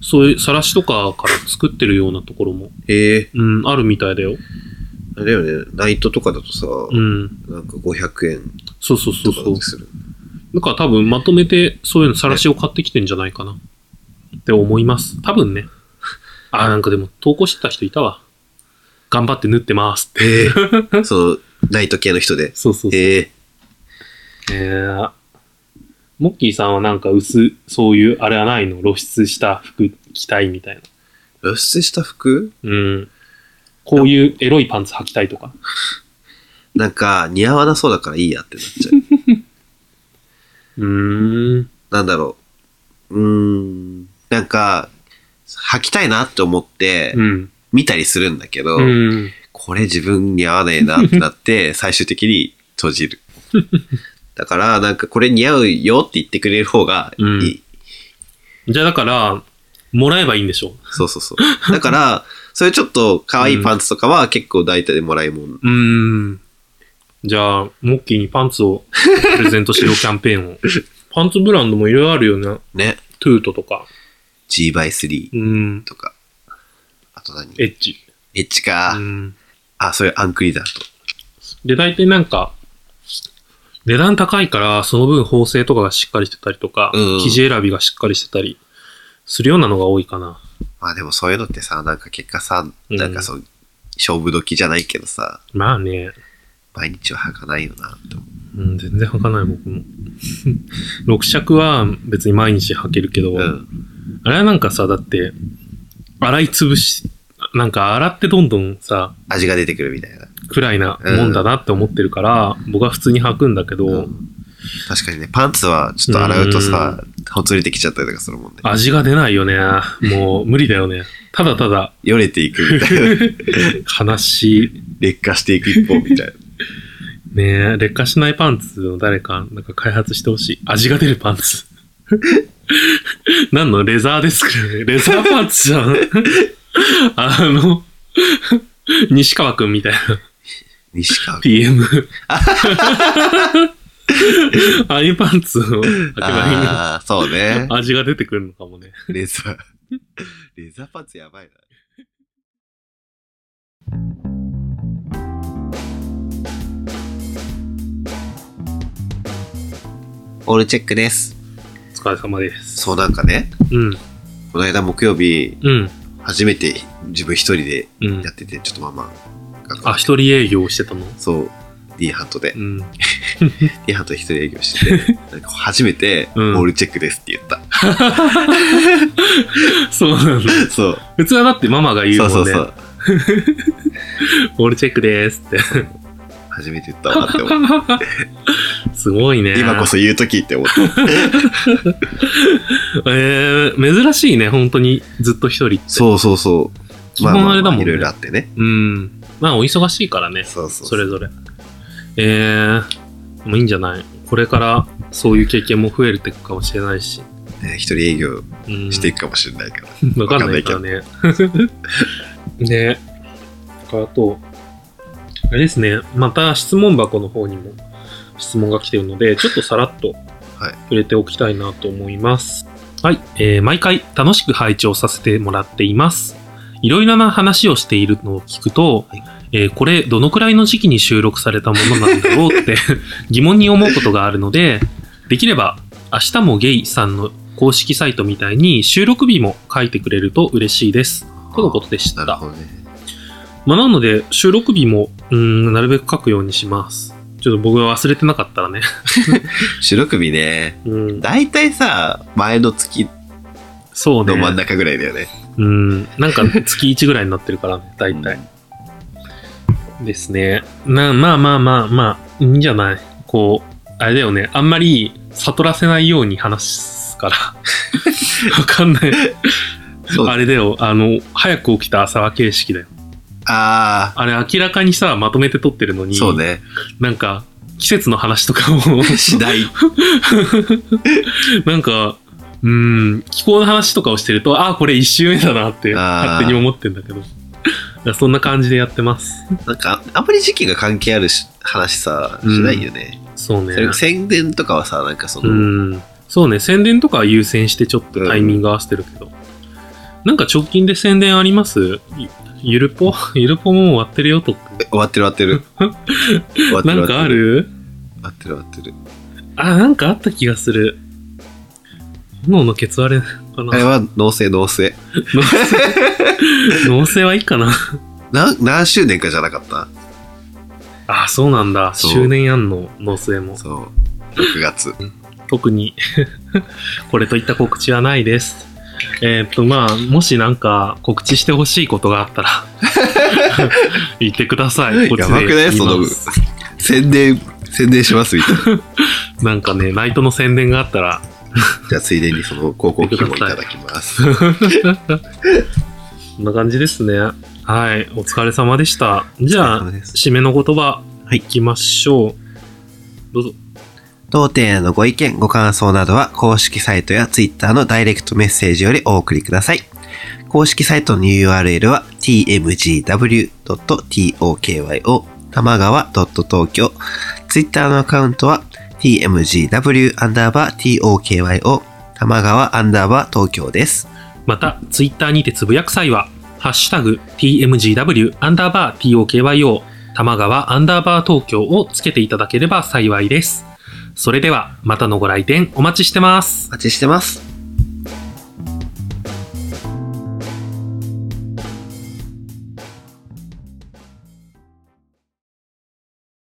Speaker 2: そういうさらしとかから作ってるようなところも、
Speaker 1: へえ、
Speaker 2: うん、あるみたいだよ。
Speaker 1: あれだよね。ナイトとかだとさ、
Speaker 2: うん。
Speaker 1: なんか500円
Speaker 2: そうそう
Speaker 1: と
Speaker 2: そう
Speaker 1: か
Speaker 2: そう。
Speaker 1: する。
Speaker 2: だから多分まとめてそういうのさらしを買ってきてんじゃないかな。って思います。多分ね。あ、なんかでも投稿してた人いたわ。頑張って縫ってますっ
Speaker 1: へ
Speaker 2: て。
Speaker 1: え。 その、ナイト系の人で。
Speaker 2: そうそうそう。
Speaker 1: へえ。
Speaker 2: えーモッキーさんはなんか薄、そういう、あれはないの露出した服着たいみたいな。
Speaker 1: 露出した服
Speaker 2: うん。こういうエロいパンツ履きたいとか。
Speaker 1: なんか似合わなそうだからいいやってなっち ゃう。
Speaker 2: うーん。
Speaker 1: なんだろう。うーん。なんか、履きたいなって思って、
Speaker 2: うん。
Speaker 1: 見たりするんだけど、
Speaker 2: うん。
Speaker 1: これ自分に合わねえなってな って、最終的に閉じる。だから、なんかこれ似合うよって言ってくれる方がいい。
Speaker 2: じゃあだから、もらえばいいんでしょ
Speaker 1: そうそうそう。だから、それちょっと可愛いパンツとかは結構大体でもらいもん。
Speaker 2: うーん。じゃあ、モッキーにパンツをプレゼント しようキャンペーンを。パンツブランドもいろいろあるよね。
Speaker 1: ね。
Speaker 2: トゥートとか。
Speaker 1: G by3
Speaker 2: うん。
Speaker 1: とか。あと何
Speaker 2: エッチ。
Speaker 1: エッチ
Speaker 2: う
Speaker 1: か。
Speaker 2: ん。
Speaker 1: あ、そういうアンクリだと。
Speaker 2: で、大体なんか、値段高いから、その分縫製とかがしっかりしてたりとか、
Speaker 1: うん
Speaker 2: 生地選びがしっかりしてたり、するようなのが多いかな。
Speaker 1: まあでもそういうのってさ、なんか結果さ、
Speaker 2: うん
Speaker 1: なんかそう、勝負時じゃないけどさ、
Speaker 2: まあね、
Speaker 1: 毎日は履かないよなって思う。
Speaker 2: うん、全然履かない僕も。6尺は別に毎日履けるけど、
Speaker 1: うん。
Speaker 2: あれはなんかさ、だって、洗い潰し、なんか洗ってどんどんさ、
Speaker 1: 味が出てくるみたいな。
Speaker 2: くらいなもんだなって思ってるから、僕は普通に履くんだけど、
Speaker 1: うん確かにね、パンツはちょっと洗うとさ、ほつれてきちゃったりとかするもんね。
Speaker 2: 味が出ないよね。もう無理だよね。ただただ
Speaker 1: よれていくみたいな。
Speaker 2: 悲しい。
Speaker 1: 劣化していく一方み たいな。
Speaker 2: ねえ劣化しないパンツを誰か、なんか開発してほしい。味が出るパンツ。 何のレザーですけどね。レザーパンツじゃん。あの、西川くんみたいな。
Speaker 1: 西川
Speaker 2: PM。ああいうパンツを履けばいいな。
Speaker 1: ああ、そう ね。
Speaker 2: 味が出てくるのかもね。
Speaker 1: レザー。レザーパンツやばいな。オールチェックです。
Speaker 2: お疲れ様です。
Speaker 1: そうなんかね、
Speaker 2: うん、
Speaker 1: この間木曜日、
Speaker 2: うん、
Speaker 1: 初めて自分一人で
Speaker 2: うん
Speaker 1: や。ってて、ちょっとママが、
Speaker 2: あ、一人営業をしてたの
Speaker 1: そう、D ハントで
Speaker 2: う、ん。
Speaker 1: D ハントで一人営業 してて、なんか初めて、オ
Speaker 2: うん
Speaker 1: ールチェックですって言った。
Speaker 2: そうなんだ。
Speaker 1: そう、
Speaker 2: 普通はだってママが言う
Speaker 1: そ
Speaker 2: もん
Speaker 1: う
Speaker 2: ね。
Speaker 1: そうそう、
Speaker 2: オールチェックですって。
Speaker 1: 初めて言ったわ って思っ
Speaker 2: すごいね。
Speaker 1: て、今こ。そ言う時って思った。
Speaker 2: えー、珍しいね、本当に。ずっと一人って。
Speaker 1: そうそうそう。
Speaker 2: 基本あれだもんね
Speaker 1: いろいろあってね。
Speaker 2: うん。まあ、お忙しいからね。
Speaker 1: そうそう
Speaker 2: それぞれ。えー、もういいんじゃないこれからそういう経験も増えていくかもしれないし。
Speaker 1: ね一人営業
Speaker 2: うん、
Speaker 1: していくかもしれないから。
Speaker 2: わかんないからね。 ね。あと、あれですね、また質問箱の方にも質問が来てるので、ちょっとさらっと
Speaker 1: はい
Speaker 2: 触れておきたいなと思います。はい、えー毎回楽しく拝聴させてもらっています。いろいろな話をしているのを聞くと、えーこれどのくらいの時期に収録されたものなんだろうって疑問に思うことがあるので、できれば明日もゲイさんの公式サイトみたいに収録日も書いてくれると嬉しいです。とのことでした。
Speaker 1: なるほどね。
Speaker 2: まあ、なので、収録日も、うーん、なるべく書くようにします。ちょっと僕が忘れてなかったらね。
Speaker 1: 白首ね、
Speaker 2: うん。
Speaker 1: 大体さ、前の月
Speaker 2: そうね。
Speaker 1: の真ん中ぐらいだよね。
Speaker 2: うん。なんか月1ぐらいになってるから ね、大体。ですね。な、まあまあまあまあ、いいんじゃないこう、あれだよね。あんまり悟らせないように話 すから。わかんない。
Speaker 1: そう
Speaker 2: あれだよ。あの、早く起きた朝は形式だよ。
Speaker 1: あ
Speaker 2: あれ明らかにさ、まとめて撮ってるの
Speaker 1: あ、
Speaker 2: に、
Speaker 1: そう ね。
Speaker 2: なんか、季節の話 とかも
Speaker 1: しない。
Speaker 2: なんか、うーん、気候の話とかをしてると、ああ、これ一周目だなって、
Speaker 1: あー
Speaker 2: 勝手に思ってんだけど。だからそんな感じでやってます。
Speaker 1: なんか、あんまり時期が関係あるし話さ、しないよね。
Speaker 2: そうね
Speaker 1: そ。れ宣伝とかはさ、なんかそうの、
Speaker 2: ん。そうね、宣伝とかは優先してちょっとタイミング合わせてるけど。なんか直近で宣伝ありますゆゆるぽ ゆるぽもう終わってるよと。
Speaker 1: え終わってる終わって る。終わってる
Speaker 2: なんかある
Speaker 1: 終わってる終わってる。
Speaker 2: あ、なんかあった気がする。炎のケツ割れか
Speaker 1: あれ
Speaker 2: な。
Speaker 1: は、脳性脳性。
Speaker 2: 脳性脳性はいいかな。
Speaker 1: な何周年かじゃなかった
Speaker 2: あ、そうなんだ。
Speaker 1: そう
Speaker 2: 周年やんの、脳性も。
Speaker 1: そう。6月。
Speaker 2: 特に、 これといった告知はないです。えーっと、まあ、もしなんか告知してほしいことがあ ったら、言ってください。こっち
Speaker 1: やばくない
Speaker 2: で言い
Speaker 1: その
Speaker 2: ま
Speaker 1: 分
Speaker 2: す。
Speaker 1: 宣伝、宣伝しますみたいな。
Speaker 2: なんかね、ライトの宣伝があった ら、
Speaker 1: じゃあ、ついでにその広告費もいただきます。
Speaker 2: こんな感じですね。はい。お疲れ様でした。 じゃ
Speaker 1: お疲れ
Speaker 2: あ
Speaker 1: 様、です
Speaker 2: 締めの言葉、
Speaker 1: はい
Speaker 2: いきましょう。どうぞ。
Speaker 1: 当店へのご意見、ご感想などは公式サイトや Twitter のダイレクトメッセージよりお送りください。公式サイトの URL は tmgw.tokyo 玉川 .tokyo Twitter のアカウントは tmgw.tokyo 玉川.東京です。
Speaker 2: また、ツイッターにてつぶやく際は、ハッシュタグ、tmgw アンダーバー tokyo 玉川アンダーバー東京をつけていただければ幸いです。それでは、またのご来店お待ちしてます。
Speaker 1: お待ちしてます。